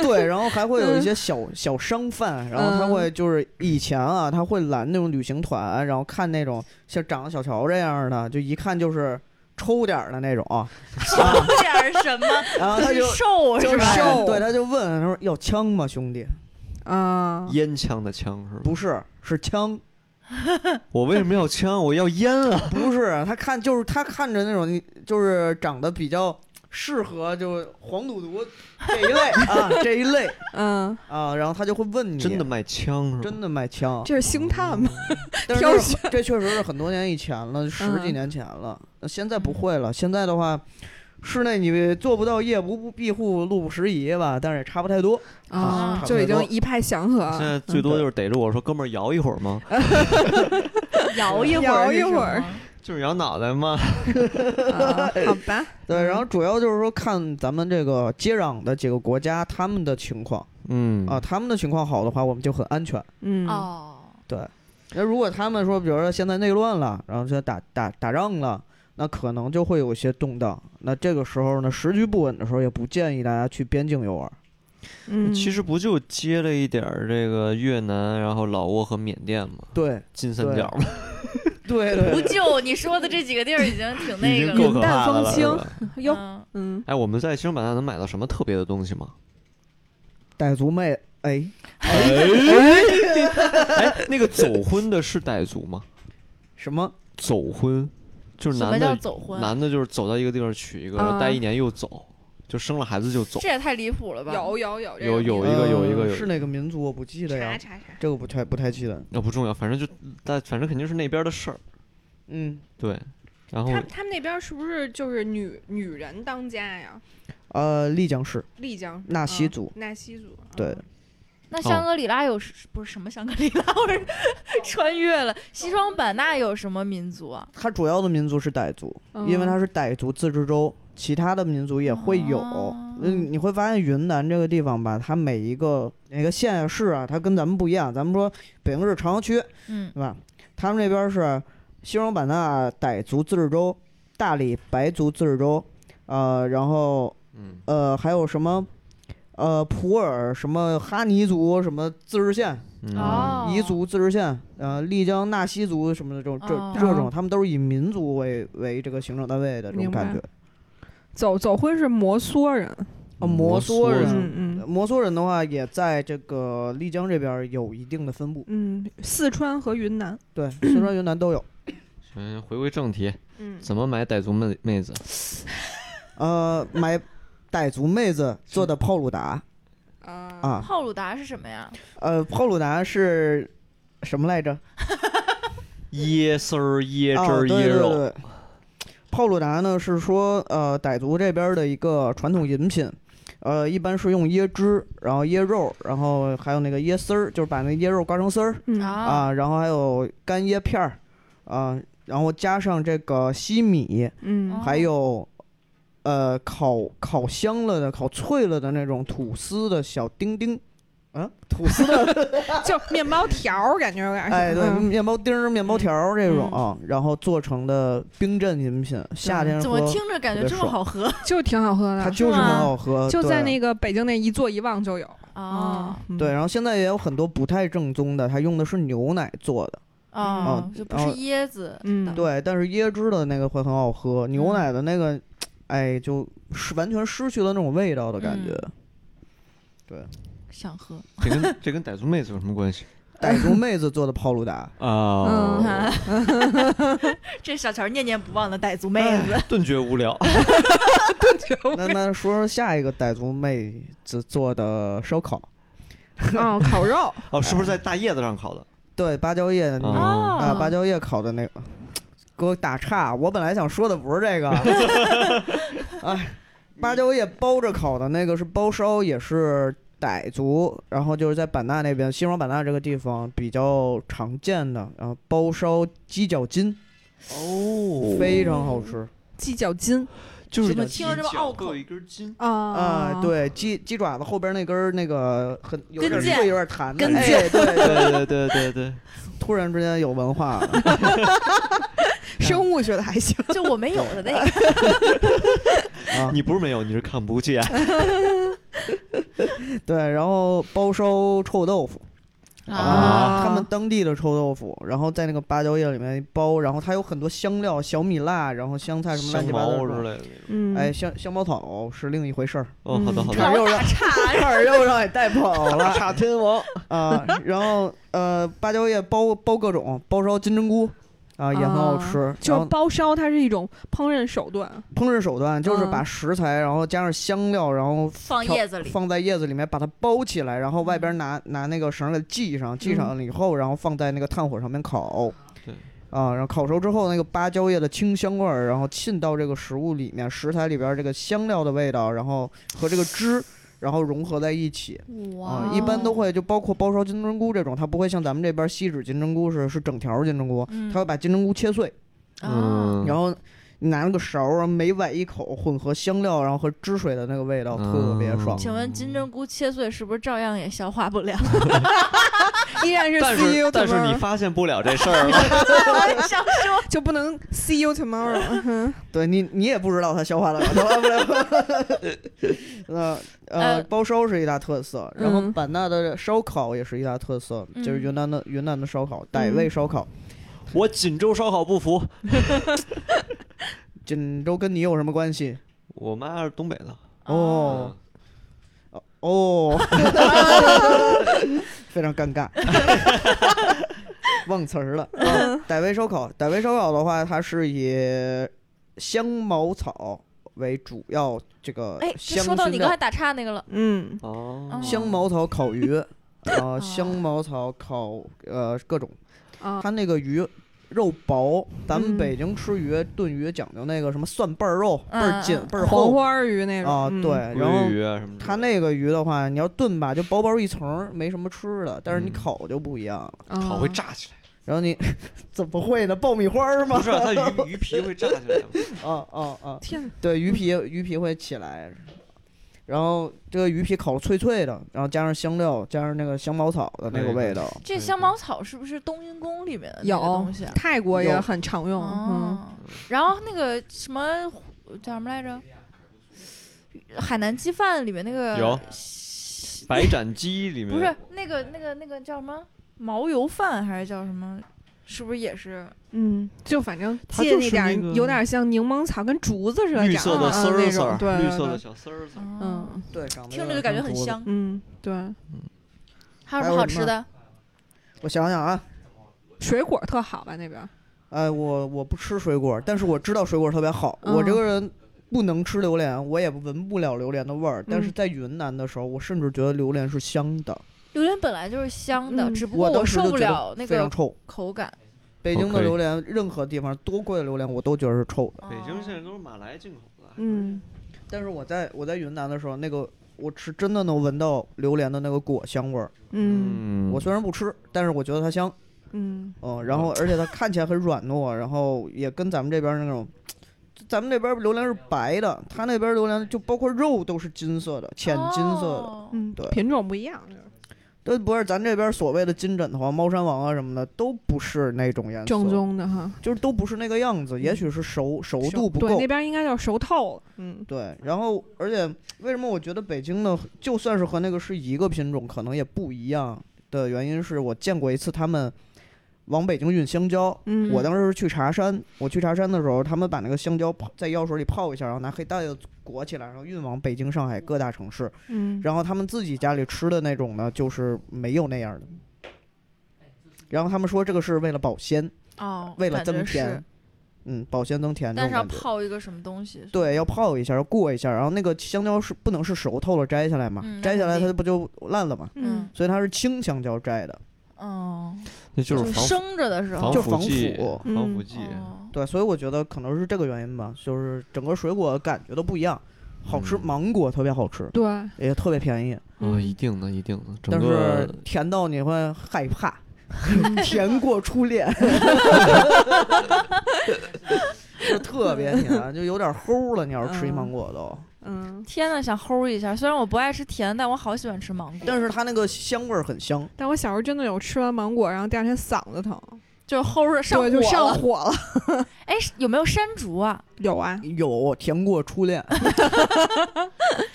[SPEAKER 4] 对，然后还会有一些小小商贩，然后他会就是以前啊，他会拦那种旅行团，然后看那种像长得小乔这样的，就一看就是抽点儿的那种 啊，
[SPEAKER 1] 抽点儿什 么？
[SPEAKER 4] 然后他就
[SPEAKER 1] 瘦
[SPEAKER 3] 就是
[SPEAKER 1] 吧？
[SPEAKER 4] 哎
[SPEAKER 3] 瘦
[SPEAKER 4] 对，他就问他说要枪吗，兄弟？
[SPEAKER 3] 啊，
[SPEAKER 2] 烟枪的枪是吧？
[SPEAKER 4] 不是，是枪，
[SPEAKER 2] 我为什么要枪？我要烟啊！
[SPEAKER 4] 不是，他看就是他看着那种就是长得比较适合就是黄赌毒这一类啊这一类
[SPEAKER 3] 嗯，
[SPEAKER 4] 啊，然后他就会问 你
[SPEAKER 2] 真的卖枪是吧？
[SPEAKER 4] 真的卖枪，
[SPEAKER 3] 这是星探吗？
[SPEAKER 4] 但
[SPEAKER 3] 挑嗯
[SPEAKER 4] 是这确实是很多年以前了，十几年前了。那现在不会了，现在的话，室内你做不到夜不闭户，路不拾遗吧，但是也差不太多。
[SPEAKER 1] 啊
[SPEAKER 2] 哦
[SPEAKER 3] 啊
[SPEAKER 1] 差，
[SPEAKER 4] 不
[SPEAKER 3] 就已
[SPEAKER 4] 多
[SPEAKER 3] 经一派祥和。
[SPEAKER 2] 现在最多就是逮着我说：“哥们儿，摇一会儿吗
[SPEAKER 1] 摇一会儿，
[SPEAKER 3] 摇一会儿。？”
[SPEAKER 2] 就是摇脑袋吗？
[SPEAKER 3] 啊好吧，
[SPEAKER 4] 对，然后主要就是说看咱们这个接壤的几个国家他们的情况
[SPEAKER 2] 嗯
[SPEAKER 4] 啊，，他们的情况好的话，我们就很安全。
[SPEAKER 3] 嗯，
[SPEAKER 1] 哦，
[SPEAKER 4] 对，那如果他们说，比如说现在内乱了，然后现在打打打仗了，那可能就会有一些动荡。那这个时候呢，时局不稳的时候，也不建议大家去边境游玩。
[SPEAKER 3] 嗯，
[SPEAKER 2] 其实不就接了一点儿这个越南，然后老挝和缅甸吗？
[SPEAKER 4] 对，
[SPEAKER 2] 金三角吗？
[SPEAKER 4] 对
[SPEAKER 1] 不
[SPEAKER 4] 对
[SPEAKER 1] 就你说的这几个地儿已经挺那
[SPEAKER 2] 已
[SPEAKER 1] 个
[SPEAKER 2] 经
[SPEAKER 1] 了
[SPEAKER 2] 够可怕的了。
[SPEAKER 3] 云淡风轻
[SPEAKER 2] 是吧
[SPEAKER 3] 哟，
[SPEAKER 1] 嗯
[SPEAKER 3] 嗯，
[SPEAKER 2] 哎，我们在西双版纳能买到什么特别的东西吗？
[SPEAKER 4] 傣族妹，哎，
[SPEAKER 2] 哎，那个走婚的是傣族吗？
[SPEAKER 4] 什么？
[SPEAKER 2] 走婚就是
[SPEAKER 1] 什
[SPEAKER 2] 男
[SPEAKER 1] 么叫
[SPEAKER 2] 的，
[SPEAKER 1] 走婚？啊
[SPEAKER 2] 男的就是走到一个地方娶一个，然后
[SPEAKER 3] 啊
[SPEAKER 2] 待一年又走，就生了孩子就走
[SPEAKER 1] 这。也太离谱了吧？
[SPEAKER 3] 有有有这
[SPEAKER 2] 有有一
[SPEAKER 3] 名字
[SPEAKER 2] 个有一
[SPEAKER 4] 呃
[SPEAKER 2] 个有一
[SPEAKER 4] 是
[SPEAKER 2] 个
[SPEAKER 4] 哪个民族我不记得
[SPEAKER 3] 查
[SPEAKER 4] 呀，
[SPEAKER 3] 查查，
[SPEAKER 4] 这个不太不太记得。
[SPEAKER 2] 那、不重要，反正就但反正肯定是那边的事儿。
[SPEAKER 4] 嗯，
[SPEAKER 2] 对，然后
[SPEAKER 3] 他他们那边是不是就是女女人当家呀？
[SPEAKER 4] 呃，丽江市
[SPEAKER 3] 丽江
[SPEAKER 4] 纳西
[SPEAKER 3] 嗯
[SPEAKER 4] 族
[SPEAKER 3] 纳西族嗯
[SPEAKER 4] 对
[SPEAKER 1] 那香格里拉有什、不是什么香格里拉，我是 穿越了。西双版纳有什么民族啊？
[SPEAKER 4] 它主要的民族是傣族，因为它
[SPEAKER 3] 嗯
[SPEAKER 4] 是傣族自治州，其他的民族也会有
[SPEAKER 1] 哦。
[SPEAKER 4] 嗯，你会发现云南这个地方吧，它每一个每个县啊市啊，它跟咱们不一样。咱们说北京市朝阳区，
[SPEAKER 1] 嗯，
[SPEAKER 4] 对吧？他们那边是西双版纳傣族自治州、大理白族自治州，呃，然后
[SPEAKER 2] 嗯，
[SPEAKER 4] 呃还有什么呃普洱什么哈尼族什么自治县、
[SPEAKER 2] 嗯
[SPEAKER 3] 哦
[SPEAKER 4] 彝族自治县，呃丽江纳西族什么的这种这
[SPEAKER 1] 哦
[SPEAKER 4] 这种，他们都是以民族为为这个行政单位的这种
[SPEAKER 3] 明白
[SPEAKER 4] 感觉。
[SPEAKER 3] 走走婚是摩梭人，
[SPEAKER 4] 啊，摩梭
[SPEAKER 2] 嗯人
[SPEAKER 4] 人，
[SPEAKER 3] 嗯嗯
[SPEAKER 4] 摩梭人的话也在这个丽江这边有一定的分布，
[SPEAKER 3] 嗯，四川和云南，
[SPEAKER 4] 对，四川、云南都有。
[SPEAKER 2] 嗯，回归正题，
[SPEAKER 3] 嗯
[SPEAKER 2] 怎么买傣族妹妹子？
[SPEAKER 4] 呃，买傣族妹子做的泡鲁达
[SPEAKER 3] 啊
[SPEAKER 4] 啊，
[SPEAKER 1] 泡鲁达是什么呀？
[SPEAKER 4] 呃，泡鲁达是什么来着？
[SPEAKER 2] 椰丝儿、椰汁
[SPEAKER 4] 啊，
[SPEAKER 2] 儿、
[SPEAKER 4] 对
[SPEAKER 2] 椰
[SPEAKER 4] 对对
[SPEAKER 2] 肉，
[SPEAKER 4] 对。泡鲁达呢是说，呃，傣族这边的一个传统饮品，呃，一般是用椰汁，然后椰肉，然后还有那个椰丝儿，就是把那椰肉刮成丝儿，
[SPEAKER 3] 嗯
[SPEAKER 4] 啊，然后还有干椰片儿，啊，然后加上这个西米，
[SPEAKER 3] 嗯
[SPEAKER 1] 哦
[SPEAKER 4] 还有呃烤烤香了的、烤脆了的那种吐司的小丁丁，啊，吐司的，
[SPEAKER 3] 就面包条儿感觉有点儿像，
[SPEAKER 4] 哎，对，
[SPEAKER 3] 嗯
[SPEAKER 4] 面包丁儿、面包条儿这种
[SPEAKER 3] 嗯
[SPEAKER 4] 啊，然后做成的冰镇饮品，夏天
[SPEAKER 1] 怎
[SPEAKER 4] 喝
[SPEAKER 1] 么，听着感觉这么好喝
[SPEAKER 3] 就挺好喝
[SPEAKER 4] 它
[SPEAKER 3] 的，
[SPEAKER 4] 就是很
[SPEAKER 1] 吗
[SPEAKER 4] 好喝，
[SPEAKER 3] 啊就在
[SPEAKER 4] 对
[SPEAKER 3] 那个北京那一坐一望就有
[SPEAKER 1] 啊？
[SPEAKER 3] 嗯
[SPEAKER 4] 对，然后现在也有很多不太正宗的，它用的是牛奶做的。
[SPEAKER 1] 啊
[SPEAKER 4] 哦，
[SPEAKER 1] 就不是椰子，
[SPEAKER 3] 嗯
[SPEAKER 4] 对，但是椰汁的那个会很好喝，牛
[SPEAKER 1] 嗯
[SPEAKER 4] 奶的那个，哎，就是完全失去了那种味道的感觉。
[SPEAKER 3] 嗯
[SPEAKER 1] 想喝。
[SPEAKER 2] 这跟这跟傣族妹子有什么关系
[SPEAKER 4] 傣族妹子做的泡 鲁达，
[SPEAKER 2] 啊？
[SPEAKER 1] 这小乔念念不忘的傣族妹子，
[SPEAKER 2] 哎顿觉无聊。
[SPEAKER 4] 那那说说下一个傣族妹子做的烧烤，
[SPEAKER 3] 嗯，烤肉，
[SPEAKER 2] 哦，是不是在大叶子上烤的？
[SPEAKER 4] 对，芭蕉叶的那个
[SPEAKER 1] 哦
[SPEAKER 4] 啊，芭蕉叶烤的那个，给我打岔，我本来想说的不是这个，哎，芭蕉叶包着烤的那个是包烧，也是傣族，然后就是在版纳那边，西双版纳这个地方比较常见的，然后包烧鸡脚筋
[SPEAKER 2] 哦
[SPEAKER 4] 非常好吃。
[SPEAKER 3] 鸡脚筋
[SPEAKER 2] 就是
[SPEAKER 1] 怎么听着这么拗口
[SPEAKER 2] 各有一根筋，
[SPEAKER 4] 啊
[SPEAKER 3] 啊，
[SPEAKER 4] 对，鸡鸡爪子后边那根儿那个很有
[SPEAKER 1] 跟
[SPEAKER 4] 点
[SPEAKER 1] 腱
[SPEAKER 4] 脆，有点弹的，
[SPEAKER 3] 跟
[SPEAKER 4] 哎
[SPEAKER 3] 腱
[SPEAKER 4] 对
[SPEAKER 2] 对
[SPEAKER 4] 对，
[SPEAKER 2] 对对对对，
[SPEAKER 4] 突然之间有文化了。
[SPEAKER 3] 生物学的还行，
[SPEAKER 4] 哎
[SPEAKER 1] 就我没有的那个。
[SPEAKER 4] 啊
[SPEAKER 2] 你不是没有，你是看不见。
[SPEAKER 4] 对，然后包烧臭豆腐
[SPEAKER 2] 啊
[SPEAKER 4] 他们当地的臭豆腐，然后在那个芭蕉叶里面包，然后它有很多香料，小米辣，然后香菜什么乱
[SPEAKER 2] 香
[SPEAKER 4] 七八
[SPEAKER 2] 茅
[SPEAKER 4] 糟
[SPEAKER 2] 之
[SPEAKER 4] 的。
[SPEAKER 2] 类的那种。
[SPEAKER 3] 嗯，
[SPEAKER 4] 哎，香香茅草是另一回事儿，
[SPEAKER 2] 哦，好的好
[SPEAKER 4] 差点
[SPEAKER 2] 的。
[SPEAKER 4] 又让差点又让你带跑 了
[SPEAKER 2] 大天王，
[SPEAKER 4] 啊！然后呃，芭蕉叶包包各种，包烧金针菇啊也很好
[SPEAKER 3] 啊
[SPEAKER 4] 吃，
[SPEAKER 3] 就
[SPEAKER 4] 然
[SPEAKER 3] 是
[SPEAKER 4] 后
[SPEAKER 3] 包烧，它是一种烹饪手段，
[SPEAKER 4] 烹饪手段就是把
[SPEAKER 3] 嗯
[SPEAKER 4] 食材，然后加上香料，然后
[SPEAKER 1] 放
[SPEAKER 4] 调
[SPEAKER 1] 叶子里，
[SPEAKER 4] 放在叶子里面，把它包起来，然后外边拿拿那个绳儿给系上，系上了以后，然后放在那个炭火上面烤。
[SPEAKER 2] 对。
[SPEAKER 4] 啊，然后烤熟之后，那个芭蕉叶的清香味儿，然后沁到这个食物里面，食材里边这个香料的味道，然后和这个汁，然后融合在一起。啊，一般都会就包括包烧金针菇这种，它不会像咱们这边锡纸金针菇是是整条金针菇，
[SPEAKER 1] 嗯
[SPEAKER 4] 它会把嗯金针菇切碎，
[SPEAKER 1] 啊，
[SPEAKER 2] 嗯
[SPEAKER 4] 然后你拿那个勺儿，啊每崴一口，混合香料，然后和汁水的那个味道，特别
[SPEAKER 2] 嗯
[SPEAKER 4] 爽。
[SPEAKER 1] 请问金针菇切碎是不是照样也消化不 良？
[SPEAKER 3] 依然是
[SPEAKER 2] 但
[SPEAKER 4] E
[SPEAKER 3] see
[SPEAKER 2] 是
[SPEAKER 3] you
[SPEAKER 2] 但是你
[SPEAKER 3] tomorrow，
[SPEAKER 2] 发现不了这事儿啊了，
[SPEAKER 1] 想说
[SPEAKER 3] 就不能 see you tomorrow，嗯哼
[SPEAKER 4] 对你，你也不知道它 消化得了，消化不了。 呃呃，
[SPEAKER 1] 呃
[SPEAKER 4] 包烧是一大特色，然后
[SPEAKER 3] 嗯
[SPEAKER 4] 版纳的烧烤也是一大特色，就是
[SPEAKER 1] 嗯
[SPEAKER 4] 云南的云南的烧烤，傣味烧烤。
[SPEAKER 2] 我锦州烧烤不服，
[SPEAKER 4] 锦州跟你有什么关系？
[SPEAKER 2] 我妈是东北的。
[SPEAKER 4] 哦哦， 非常尴尬，忘词儿了。
[SPEAKER 1] 嗯
[SPEAKER 4] 啊傣味烧烤，傣味烧烤的话，它是以香茅草、为主要这个
[SPEAKER 1] 哎，这
[SPEAKER 4] 香
[SPEAKER 1] 说到
[SPEAKER 4] 熏
[SPEAKER 1] 你
[SPEAKER 4] 料
[SPEAKER 1] 刚才打岔那个了，
[SPEAKER 3] 嗯，
[SPEAKER 2] 哦，
[SPEAKER 4] 香茅草烤鱼，呃，香
[SPEAKER 1] 哦
[SPEAKER 4] 茅草烤呃各种，
[SPEAKER 3] 啊，
[SPEAKER 4] 它那个鱼肉薄，咱们
[SPEAKER 3] 嗯
[SPEAKER 4] 北京吃鱼炖鱼讲究那个什么蒜瓣儿肉，倍
[SPEAKER 1] 嗯嗯
[SPEAKER 4] 儿紧
[SPEAKER 1] 嗯
[SPEAKER 4] 倍儿
[SPEAKER 3] 黄
[SPEAKER 4] 厚
[SPEAKER 3] 花鱼那种
[SPEAKER 4] 啊，
[SPEAKER 3] 嗯
[SPEAKER 4] 对，然
[SPEAKER 2] 鲑
[SPEAKER 4] 后
[SPEAKER 2] 鱼啊什么之类的，
[SPEAKER 4] 它那个鱼的话，你要炖吧，就薄薄一层儿，没什么吃的，但是你
[SPEAKER 2] 嗯
[SPEAKER 4] 烤就不一样了。
[SPEAKER 3] 嗯
[SPEAKER 2] 炒会炸 起来，
[SPEAKER 4] 然后你怎么会呢？爆米花儿吗
[SPEAKER 2] 不？是啊它鱼鱼皮会炸起来吗，
[SPEAKER 4] 哦哦哦，
[SPEAKER 3] 天哪，
[SPEAKER 4] 对，鱼皮鱼皮会起来，然后这个鱼皮烤的脆脆的，然后加上香料，加上那个香茅草的那个
[SPEAKER 2] 对
[SPEAKER 4] 味
[SPEAKER 2] 对
[SPEAKER 4] 道，
[SPEAKER 1] 这
[SPEAKER 2] 对
[SPEAKER 1] 香
[SPEAKER 2] 对
[SPEAKER 1] 茅草是不是冬阴功里面的那
[SPEAKER 3] 有
[SPEAKER 1] 个东西啊？
[SPEAKER 3] 泰国也
[SPEAKER 4] 有
[SPEAKER 3] 很常用，嗯，
[SPEAKER 1] 哦，然后那个什么叫什么来着？海南鸡饭里面那
[SPEAKER 4] 呃
[SPEAKER 1] 个
[SPEAKER 2] 有白斩鸡里面
[SPEAKER 1] 不是那个那个那个叫什么毛油饭还是叫什么？是不是也是？
[SPEAKER 3] 嗯，就反正
[SPEAKER 2] 它
[SPEAKER 3] 借
[SPEAKER 2] 就
[SPEAKER 3] 那
[SPEAKER 2] 是
[SPEAKER 3] 点儿
[SPEAKER 2] 那个
[SPEAKER 3] 有点像柠檬草跟竹子似的
[SPEAKER 2] 绿
[SPEAKER 3] 长
[SPEAKER 4] 啊
[SPEAKER 2] 色的
[SPEAKER 3] 的
[SPEAKER 2] 丝儿
[SPEAKER 3] 那
[SPEAKER 2] 丝
[SPEAKER 3] 种，对，
[SPEAKER 2] 儿，绿色的
[SPEAKER 3] 对，
[SPEAKER 2] 小丝儿丝儿，
[SPEAKER 1] 哦
[SPEAKER 3] 嗯，
[SPEAKER 4] 对，长得
[SPEAKER 1] 听
[SPEAKER 4] 有
[SPEAKER 1] 着就感
[SPEAKER 4] 点
[SPEAKER 1] 觉
[SPEAKER 4] 像
[SPEAKER 1] 很
[SPEAKER 4] 竹子。
[SPEAKER 1] 香。
[SPEAKER 3] 嗯，对，
[SPEAKER 1] 还有
[SPEAKER 4] 还
[SPEAKER 1] 什么
[SPEAKER 4] 有
[SPEAKER 1] 好
[SPEAKER 4] 什
[SPEAKER 1] 吃
[SPEAKER 4] 么
[SPEAKER 1] 的？
[SPEAKER 4] 我想想啊，
[SPEAKER 3] 水果特好吧那边儿？
[SPEAKER 4] 哎，我我不吃水果，但是我知道水果特别好。我这
[SPEAKER 3] 嗯
[SPEAKER 4] 个人不能吃榴莲，我也闻不了榴莲的味儿。但是
[SPEAKER 3] 嗯
[SPEAKER 4] 在云南的时候，我甚至觉得榴莲是香的，
[SPEAKER 1] 榴莲本来就是香的，
[SPEAKER 3] 嗯
[SPEAKER 1] 只不
[SPEAKER 4] 我
[SPEAKER 1] 过
[SPEAKER 4] 当时
[SPEAKER 1] 受
[SPEAKER 4] 就
[SPEAKER 1] 不
[SPEAKER 4] 觉得
[SPEAKER 1] 了那
[SPEAKER 4] 非常
[SPEAKER 1] 个
[SPEAKER 4] 臭。
[SPEAKER 1] 口感。
[SPEAKER 4] 北京的
[SPEAKER 2] OK
[SPEAKER 4] 榴莲，任何地方多贵的榴莲，我都觉得是臭的。
[SPEAKER 2] 北京现在
[SPEAKER 1] 哦
[SPEAKER 2] 都是马来进口的，
[SPEAKER 3] 嗯，
[SPEAKER 4] 但是我在我在云南的时候，那个我吃真的能闻到榴莲的那个果香味儿。
[SPEAKER 3] 嗯
[SPEAKER 4] 我虽然不吃，但是我觉得它香。
[SPEAKER 3] 嗯
[SPEAKER 4] 嗯，然后而且它看起来很软糯，然后也跟咱们这边儿那种，咱们这边儿榴莲是白的，它那边儿榴莲就包括肉都是金色的，浅金色的。
[SPEAKER 1] 哦
[SPEAKER 3] 嗯，
[SPEAKER 4] 对
[SPEAKER 3] 品种不一样，就是
[SPEAKER 4] 都不是咱这边儿所谓的金枕头啊、猫山王啊什么的，都不是那种颜色，
[SPEAKER 3] 正宗的哈，
[SPEAKER 4] 就是都不是那个样子。也许是熟熟度不
[SPEAKER 3] 对，
[SPEAKER 4] 够
[SPEAKER 3] 那，边应该叫熟透了，嗯
[SPEAKER 4] 对。然后，而且为什么我觉得北京的就算是和那个是一个品种，可能也不一样的原因是我见过一次他们往北京运香蕉，
[SPEAKER 3] 嗯，
[SPEAKER 4] 我当时是去茶山，我去茶山的时候，他们把那个香蕉泡在药水里泡一下，然后拿黑袋子裹起来，然后运往北京、上海各大城市。
[SPEAKER 3] 嗯，
[SPEAKER 4] 然后他们自己家里吃的那种呢，就是没有那样的。然后他们说这个是为了保鲜，
[SPEAKER 1] 哦，
[SPEAKER 4] 为了
[SPEAKER 1] 感觉
[SPEAKER 4] 增甜
[SPEAKER 1] 是，
[SPEAKER 4] 嗯，保鲜增甜这
[SPEAKER 1] 但
[SPEAKER 4] 种
[SPEAKER 1] 是要
[SPEAKER 4] 感觉。
[SPEAKER 1] 泡一个什么东西？
[SPEAKER 4] 对，要泡一下，要过一下，然后那个香蕉是不能是熟透了摘下来嘛，
[SPEAKER 1] 嗯那
[SPEAKER 4] 摘下
[SPEAKER 1] 肯
[SPEAKER 4] 来
[SPEAKER 1] 定
[SPEAKER 4] 它不就烂了嘛，
[SPEAKER 3] 嗯
[SPEAKER 1] 嗯，
[SPEAKER 4] 所以它是青香蕉摘的，
[SPEAKER 1] 哦，
[SPEAKER 2] 那就
[SPEAKER 1] 就是是
[SPEAKER 2] 防
[SPEAKER 1] 生着的时
[SPEAKER 2] 防
[SPEAKER 1] 候。
[SPEAKER 4] 就
[SPEAKER 2] 腐
[SPEAKER 4] 防
[SPEAKER 2] 剂啊
[SPEAKER 4] 腐
[SPEAKER 2] 防腐
[SPEAKER 3] 嗯
[SPEAKER 2] 剂，
[SPEAKER 1] 哦
[SPEAKER 4] 对，所以我觉得可能是这个原因吧，就是整个水果感觉都不一样，好吃，
[SPEAKER 2] 嗯
[SPEAKER 4] 芒果特别好吃，
[SPEAKER 3] 对，
[SPEAKER 4] 也特别便宜，
[SPEAKER 2] 啊，
[SPEAKER 3] 嗯
[SPEAKER 2] 一定的，一定的，整
[SPEAKER 4] 但是
[SPEAKER 2] 个
[SPEAKER 4] 甜到你会害 怕，甜过初恋，就特别甜，就有点齁了。你要是吃一芒果都，
[SPEAKER 3] 嗯，
[SPEAKER 1] 天呐，想齁一下。虽然我不爱吃甜，但我好喜欢吃芒果，
[SPEAKER 4] 但是它那个香味儿很香，
[SPEAKER 3] 但我小时候真的有吃完芒果，然后第二天嗓子疼，
[SPEAKER 1] 就是齁着上火
[SPEAKER 3] 对，就上
[SPEAKER 1] 了。
[SPEAKER 3] 火了，
[SPEAKER 1] 哎，是有没有山竹啊？
[SPEAKER 3] 有啊。
[SPEAKER 4] 有甜过初恋，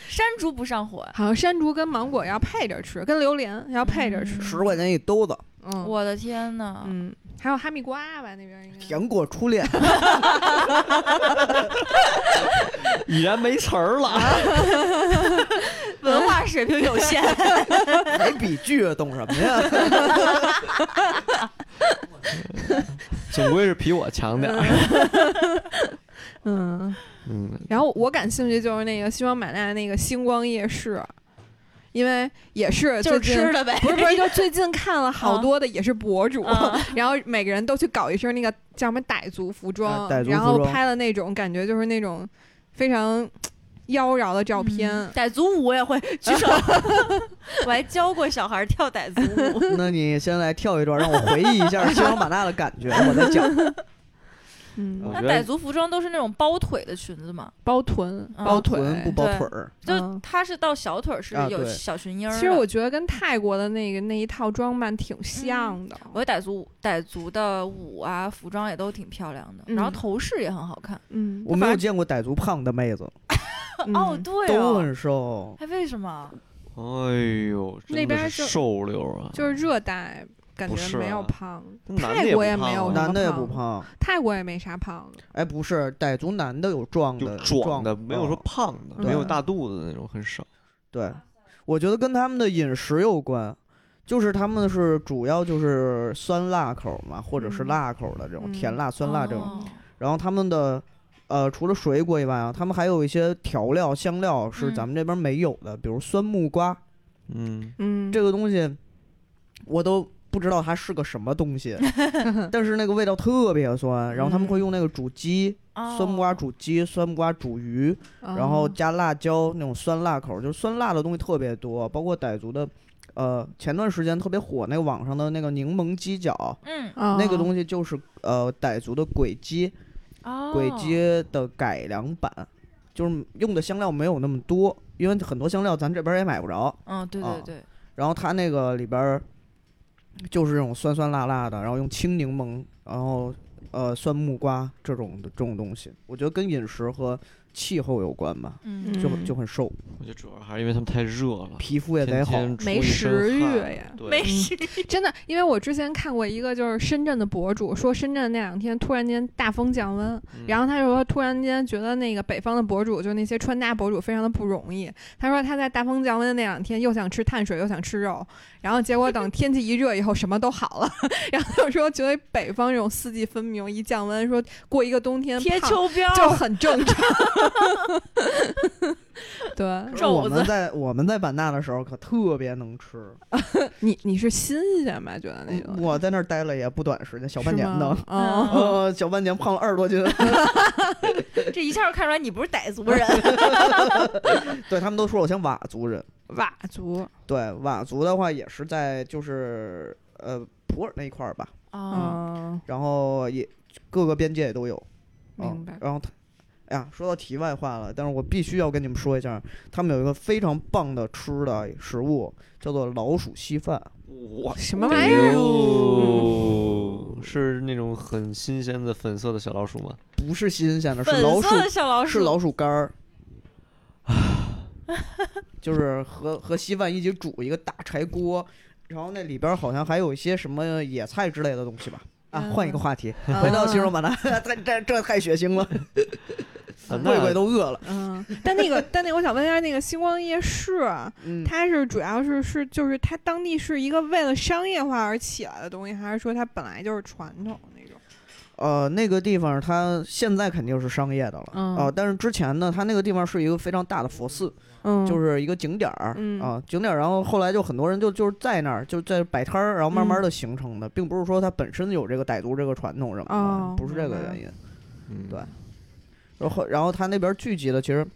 [SPEAKER 1] 山竹不上火呀、
[SPEAKER 3] 好像山竹跟芒果要配着吃，跟榴莲要配着吃。
[SPEAKER 4] 十块钱一兜子，
[SPEAKER 3] 嗯，
[SPEAKER 1] 我的天呐，
[SPEAKER 3] 嗯，还有哈密瓜吧，那边应该
[SPEAKER 4] 甜过初恋，
[SPEAKER 2] 已然没词儿了。
[SPEAKER 1] 文化水平有 限。
[SPEAKER 4] 还比剧懂什么呀？
[SPEAKER 2] 总归是比我强点儿。
[SPEAKER 3] 嗯，
[SPEAKER 2] 嗯，
[SPEAKER 3] 然后我感兴趣就是那个西双版纳那个星光夜市，因为也是
[SPEAKER 1] 就是
[SPEAKER 3] 最近
[SPEAKER 1] 吃的呗
[SPEAKER 3] 不是 不是，就最近看了好多的也是博主，
[SPEAKER 1] 啊
[SPEAKER 3] 然后每个人都去搞一身那个叫什么傣族服装，
[SPEAKER 4] 啊傣族服
[SPEAKER 3] 然后
[SPEAKER 4] 装
[SPEAKER 3] 拍了那种感觉就是那种非常妖娆的照片。
[SPEAKER 1] 嗯傣族舞我也会，举 手。我还教过小孩跳傣族 舞。
[SPEAKER 4] 那你先来跳一段，让我回忆一下西双版纳的感觉，我再讲。
[SPEAKER 3] 嗯，
[SPEAKER 2] 我
[SPEAKER 1] 那
[SPEAKER 2] 觉
[SPEAKER 1] 傣
[SPEAKER 2] 得
[SPEAKER 1] 族服装都是那种包腿的裙子嘛，
[SPEAKER 3] 包臀、
[SPEAKER 4] 啊
[SPEAKER 1] 嗯
[SPEAKER 3] 包腿。
[SPEAKER 4] 臀不包腿儿，
[SPEAKER 1] 就
[SPEAKER 3] 嗯
[SPEAKER 1] 它是到小腿儿是
[SPEAKER 4] 啊
[SPEAKER 1] 有
[SPEAKER 4] 对
[SPEAKER 1] 小裙缨儿的。
[SPEAKER 3] 其实我觉得跟泰国的那个那一套装扮挺像的。
[SPEAKER 4] 嗯
[SPEAKER 1] 我觉得傣族傣族的舞啊，服装也都挺漂亮的，
[SPEAKER 3] 嗯
[SPEAKER 1] 然后头饰也很好看。
[SPEAKER 3] 嗯，
[SPEAKER 4] 我没有见过傣族胖的妹子，
[SPEAKER 3] 嗯
[SPEAKER 1] 哦，对
[SPEAKER 4] 都
[SPEAKER 1] 哦，
[SPEAKER 4] 很瘦。
[SPEAKER 1] 哎，为什么？
[SPEAKER 2] 哎呦，真
[SPEAKER 3] 那边
[SPEAKER 2] 的
[SPEAKER 3] 儿
[SPEAKER 2] 是
[SPEAKER 3] 就
[SPEAKER 2] 瘦溜儿啊，
[SPEAKER 3] 就是热带，感
[SPEAKER 2] 不是
[SPEAKER 3] 觉没有
[SPEAKER 2] 啊
[SPEAKER 3] 胖，
[SPEAKER 2] 男
[SPEAKER 3] 泰
[SPEAKER 2] 的
[SPEAKER 3] 国
[SPEAKER 2] 也
[SPEAKER 3] 也
[SPEAKER 2] 不
[SPEAKER 3] 没
[SPEAKER 2] 胖
[SPEAKER 3] 有
[SPEAKER 2] 啊
[SPEAKER 3] 那
[SPEAKER 4] 男
[SPEAKER 3] 么
[SPEAKER 4] 的也不
[SPEAKER 3] 胖
[SPEAKER 4] 胖，
[SPEAKER 3] 泰国也没啥胖的。
[SPEAKER 4] 哎，不是，傣族男的有壮的，
[SPEAKER 2] 就壮
[SPEAKER 4] 的
[SPEAKER 2] 的，没有说
[SPEAKER 4] 嗯
[SPEAKER 2] 胖的，
[SPEAKER 3] 嗯
[SPEAKER 2] 没有大肚子那种，很少。
[SPEAKER 4] 对，我觉得跟他们的饮食有关，就是他们是主要就是酸辣口嘛，或者是
[SPEAKER 3] 嗯
[SPEAKER 4] 辣口的这种、
[SPEAKER 3] 嗯
[SPEAKER 4] 甜辣酸辣这种，
[SPEAKER 1] 哦
[SPEAKER 4] 然后他们的。呃，除了水果以外啊，他们还有一些调料、香料是
[SPEAKER 1] 嗯
[SPEAKER 4] 咱们这边没有的，比如酸木瓜
[SPEAKER 2] 嗯，
[SPEAKER 3] 嗯，
[SPEAKER 4] 这个东西，我都不知道它是个什么 东西，但是那个味道特别酸。然后他们会用那个煮鸡，酸木
[SPEAKER 1] 嗯
[SPEAKER 4] 瓜
[SPEAKER 1] 哦
[SPEAKER 4] 煮鸡、酸木瓜煮鱼，
[SPEAKER 3] 嗯
[SPEAKER 4] 然后加辣椒那种酸辣口儿，就是酸辣的东西特别多，包括傣族的。呃，前段时间特别火那个网上的那个柠檬鸡脚，
[SPEAKER 1] 嗯
[SPEAKER 4] 那个
[SPEAKER 3] 西
[SPEAKER 4] 东西就是呃傣族的鬼鸡，
[SPEAKER 1] 哦，
[SPEAKER 4] 鬼街的改良版，就是用的香料没有那么多，因为很多香料咱这边儿也买不着。
[SPEAKER 1] 嗯，对
[SPEAKER 4] 啊
[SPEAKER 1] 对对，
[SPEAKER 4] 然后它那个里边儿就是这种酸酸辣辣的，然后用青柠檬，然后呃酸木瓜这种的这种东西，我觉得跟饮食和气候有关吧，
[SPEAKER 1] 嗯
[SPEAKER 4] 就很
[SPEAKER 3] 嗯
[SPEAKER 4] 就很瘦，
[SPEAKER 2] 我觉得主要还是因为他们太热了，
[SPEAKER 4] 皮肤也得好。
[SPEAKER 2] 天天出
[SPEAKER 3] 没
[SPEAKER 2] 一身
[SPEAKER 3] 食欲
[SPEAKER 2] 汗
[SPEAKER 3] 呀
[SPEAKER 2] 对
[SPEAKER 1] 没事，
[SPEAKER 3] 真的，因为我之前看过一个就是深圳的博主说，深圳那两天突然间大风降温，
[SPEAKER 2] 嗯
[SPEAKER 3] 然后他说突然间觉得那个北方的博主，就那些穿搭博主非常的不容易。他说他在大风降温的那两天又想吃碳水又想吃肉，然后结果等天气一热以后什么都好了， 然后就说觉得北方这种四季分明，一降温说过一个冬天
[SPEAKER 1] 贴
[SPEAKER 3] 胖
[SPEAKER 1] 秋膘
[SPEAKER 3] 嗯就很正常。 对
[SPEAKER 4] 可是我
[SPEAKER 1] 肘
[SPEAKER 4] 们
[SPEAKER 1] 子
[SPEAKER 4] 在我们在版纳的时候可特别能吃，
[SPEAKER 3] 你，你是新鲜吧？觉得那个
[SPEAKER 4] 我在那儿待了也不短时间，小
[SPEAKER 3] 小
[SPEAKER 4] 半年呢，
[SPEAKER 1] 嗯
[SPEAKER 3] 哦。
[SPEAKER 4] 呃，小半年胖了二十多斤。
[SPEAKER 1] 这一下就看出来你不是傣族人。
[SPEAKER 4] 对他们都说我像佤族人，
[SPEAKER 3] 佤族，
[SPEAKER 4] 对，佤族的话也是在就是呃普洱那一块儿吧，
[SPEAKER 1] 哦，
[SPEAKER 3] 嗯，
[SPEAKER 4] 然后也各个边界也都有。嗯
[SPEAKER 3] 明白
[SPEAKER 4] 然后他，哎呀，说到题外话了，但是我必须要跟你们说一下，他们有一个非常棒的吃的食物，叫做老鼠稀饭。
[SPEAKER 2] 我
[SPEAKER 3] 什么玩意儿？
[SPEAKER 2] 哦是那种很新鲜的粉色的小老鼠吗？
[SPEAKER 4] 不是新鲜 的，是
[SPEAKER 1] 粉
[SPEAKER 4] 老鼠
[SPEAKER 1] 色，的小老
[SPEAKER 4] 是
[SPEAKER 1] 鼠，
[SPEAKER 4] 老鼠干儿。 就是和和稀饭一起煮一个大柴锅，然后那里边儿好像还有一些什么野菜之类的东西吧。啊，换一个话题，回到西
[SPEAKER 3] 嗯
[SPEAKER 4] 双版纳，这这这太血腥了，
[SPEAKER 2] 啊
[SPEAKER 4] 贵贵
[SPEAKER 2] 那
[SPEAKER 4] 都饿了。
[SPEAKER 3] 嗯，但那个，但那个，我想问一下，那个星光夜市，啊
[SPEAKER 4] 嗯，
[SPEAKER 3] 它是主要是是就是它当地是一个为了商业化而起来的东西，还是说它本来就是传统那种？
[SPEAKER 4] 呃，那个地方它现在肯定是商业的了，
[SPEAKER 3] 嗯
[SPEAKER 4] 呃，但是之前呢，它那个地方是一个非常大的佛寺，
[SPEAKER 3] 嗯
[SPEAKER 4] 就是一个景点儿啊、
[SPEAKER 3] 嗯
[SPEAKER 4] 景点儿。然后后来就很多人就就是在那儿就在摆摊儿，然后慢
[SPEAKER 3] 嗯
[SPEAKER 4] 慢的形成的，并不是说它本身有这个傣族这个传统什么的，
[SPEAKER 3] 哦
[SPEAKER 4] 不是这个
[SPEAKER 3] 明白
[SPEAKER 4] 原因。
[SPEAKER 2] 嗯
[SPEAKER 4] 对然后然后它那边聚集的，其实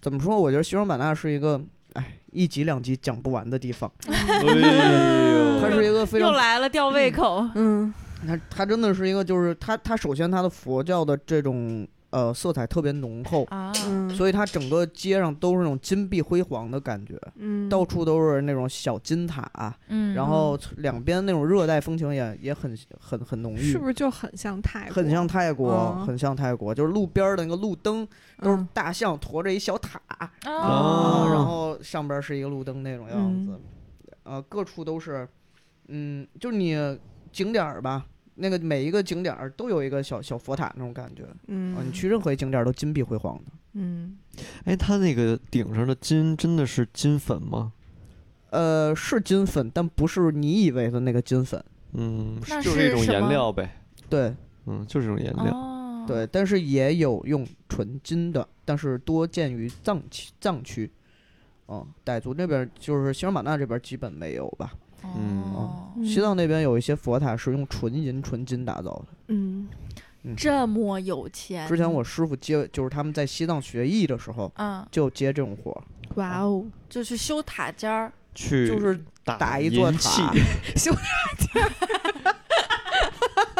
[SPEAKER 4] 怎么说？我觉得西双版纳是一个，哎，一集两集讲不完的地方，
[SPEAKER 3] 嗯
[SPEAKER 2] 哎
[SPEAKER 4] 它
[SPEAKER 2] 呦
[SPEAKER 4] 是一 个非
[SPEAKER 1] 又
[SPEAKER 4] 常
[SPEAKER 1] 来了，吊胃口。
[SPEAKER 3] 嗯
[SPEAKER 4] 它它真的是一个，就是它它首先它的佛教的这种呃色彩特别浓厚，
[SPEAKER 1] 啊，
[SPEAKER 3] 嗯，以
[SPEAKER 4] 所以它整个街上都是那种金碧辉煌的感觉，
[SPEAKER 3] 嗯，
[SPEAKER 4] 到处都是那种小金塔，啊
[SPEAKER 1] 嗯
[SPEAKER 4] 然后两边那种热带风情也也很很很浓郁
[SPEAKER 3] 是不，是就很像泰国？
[SPEAKER 4] 很像泰国，
[SPEAKER 3] 嗯
[SPEAKER 4] 很像泰国，就是路边的那个路灯都是
[SPEAKER 3] 嗯
[SPEAKER 4] 大象驮着一小塔，啊
[SPEAKER 1] 哦
[SPEAKER 2] 哦
[SPEAKER 4] 然后上边是一个路灯那种样
[SPEAKER 3] 嗯
[SPEAKER 4] 子，呃，各处都是，嗯，就是你景点儿吧，那个每一个景点儿都有一个小小佛塔那种感觉，啊，
[SPEAKER 3] 嗯，
[SPEAKER 4] 你去任何一景点儿都金碧辉煌的。
[SPEAKER 3] 嗯
[SPEAKER 2] 哎，它那个顶上的金真的是金粉吗？
[SPEAKER 4] 呃，是金粉，但不是你以为的那个金粉。
[SPEAKER 2] 嗯，
[SPEAKER 1] 那
[SPEAKER 2] 就是一种
[SPEAKER 1] 什
[SPEAKER 2] 颜
[SPEAKER 1] 么
[SPEAKER 2] 料呗，
[SPEAKER 4] 对
[SPEAKER 2] 嗯，就是一种颜料。
[SPEAKER 1] 哦，
[SPEAKER 4] 对，但是也有用纯金的，但是多见于藏区藏区。嗯，傣族那边儿就是西双版纳这边儿基本没有吧？
[SPEAKER 2] 嗯
[SPEAKER 1] 哦
[SPEAKER 3] 嗯
[SPEAKER 4] 西藏那边有一些佛塔是用纯银、纯金打造的。
[SPEAKER 3] 嗯
[SPEAKER 1] 这么有钱。
[SPEAKER 4] 之前我师傅接，就是他们在西藏学艺的时候
[SPEAKER 1] 嗯，
[SPEAKER 4] 就接这种活儿，
[SPEAKER 3] 哇哦，
[SPEAKER 1] 就去修塔尖儿，
[SPEAKER 2] 去
[SPEAKER 4] 就是
[SPEAKER 2] 打
[SPEAKER 4] 打一座
[SPEAKER 2] 银器
[SPEAKER 4] 塔，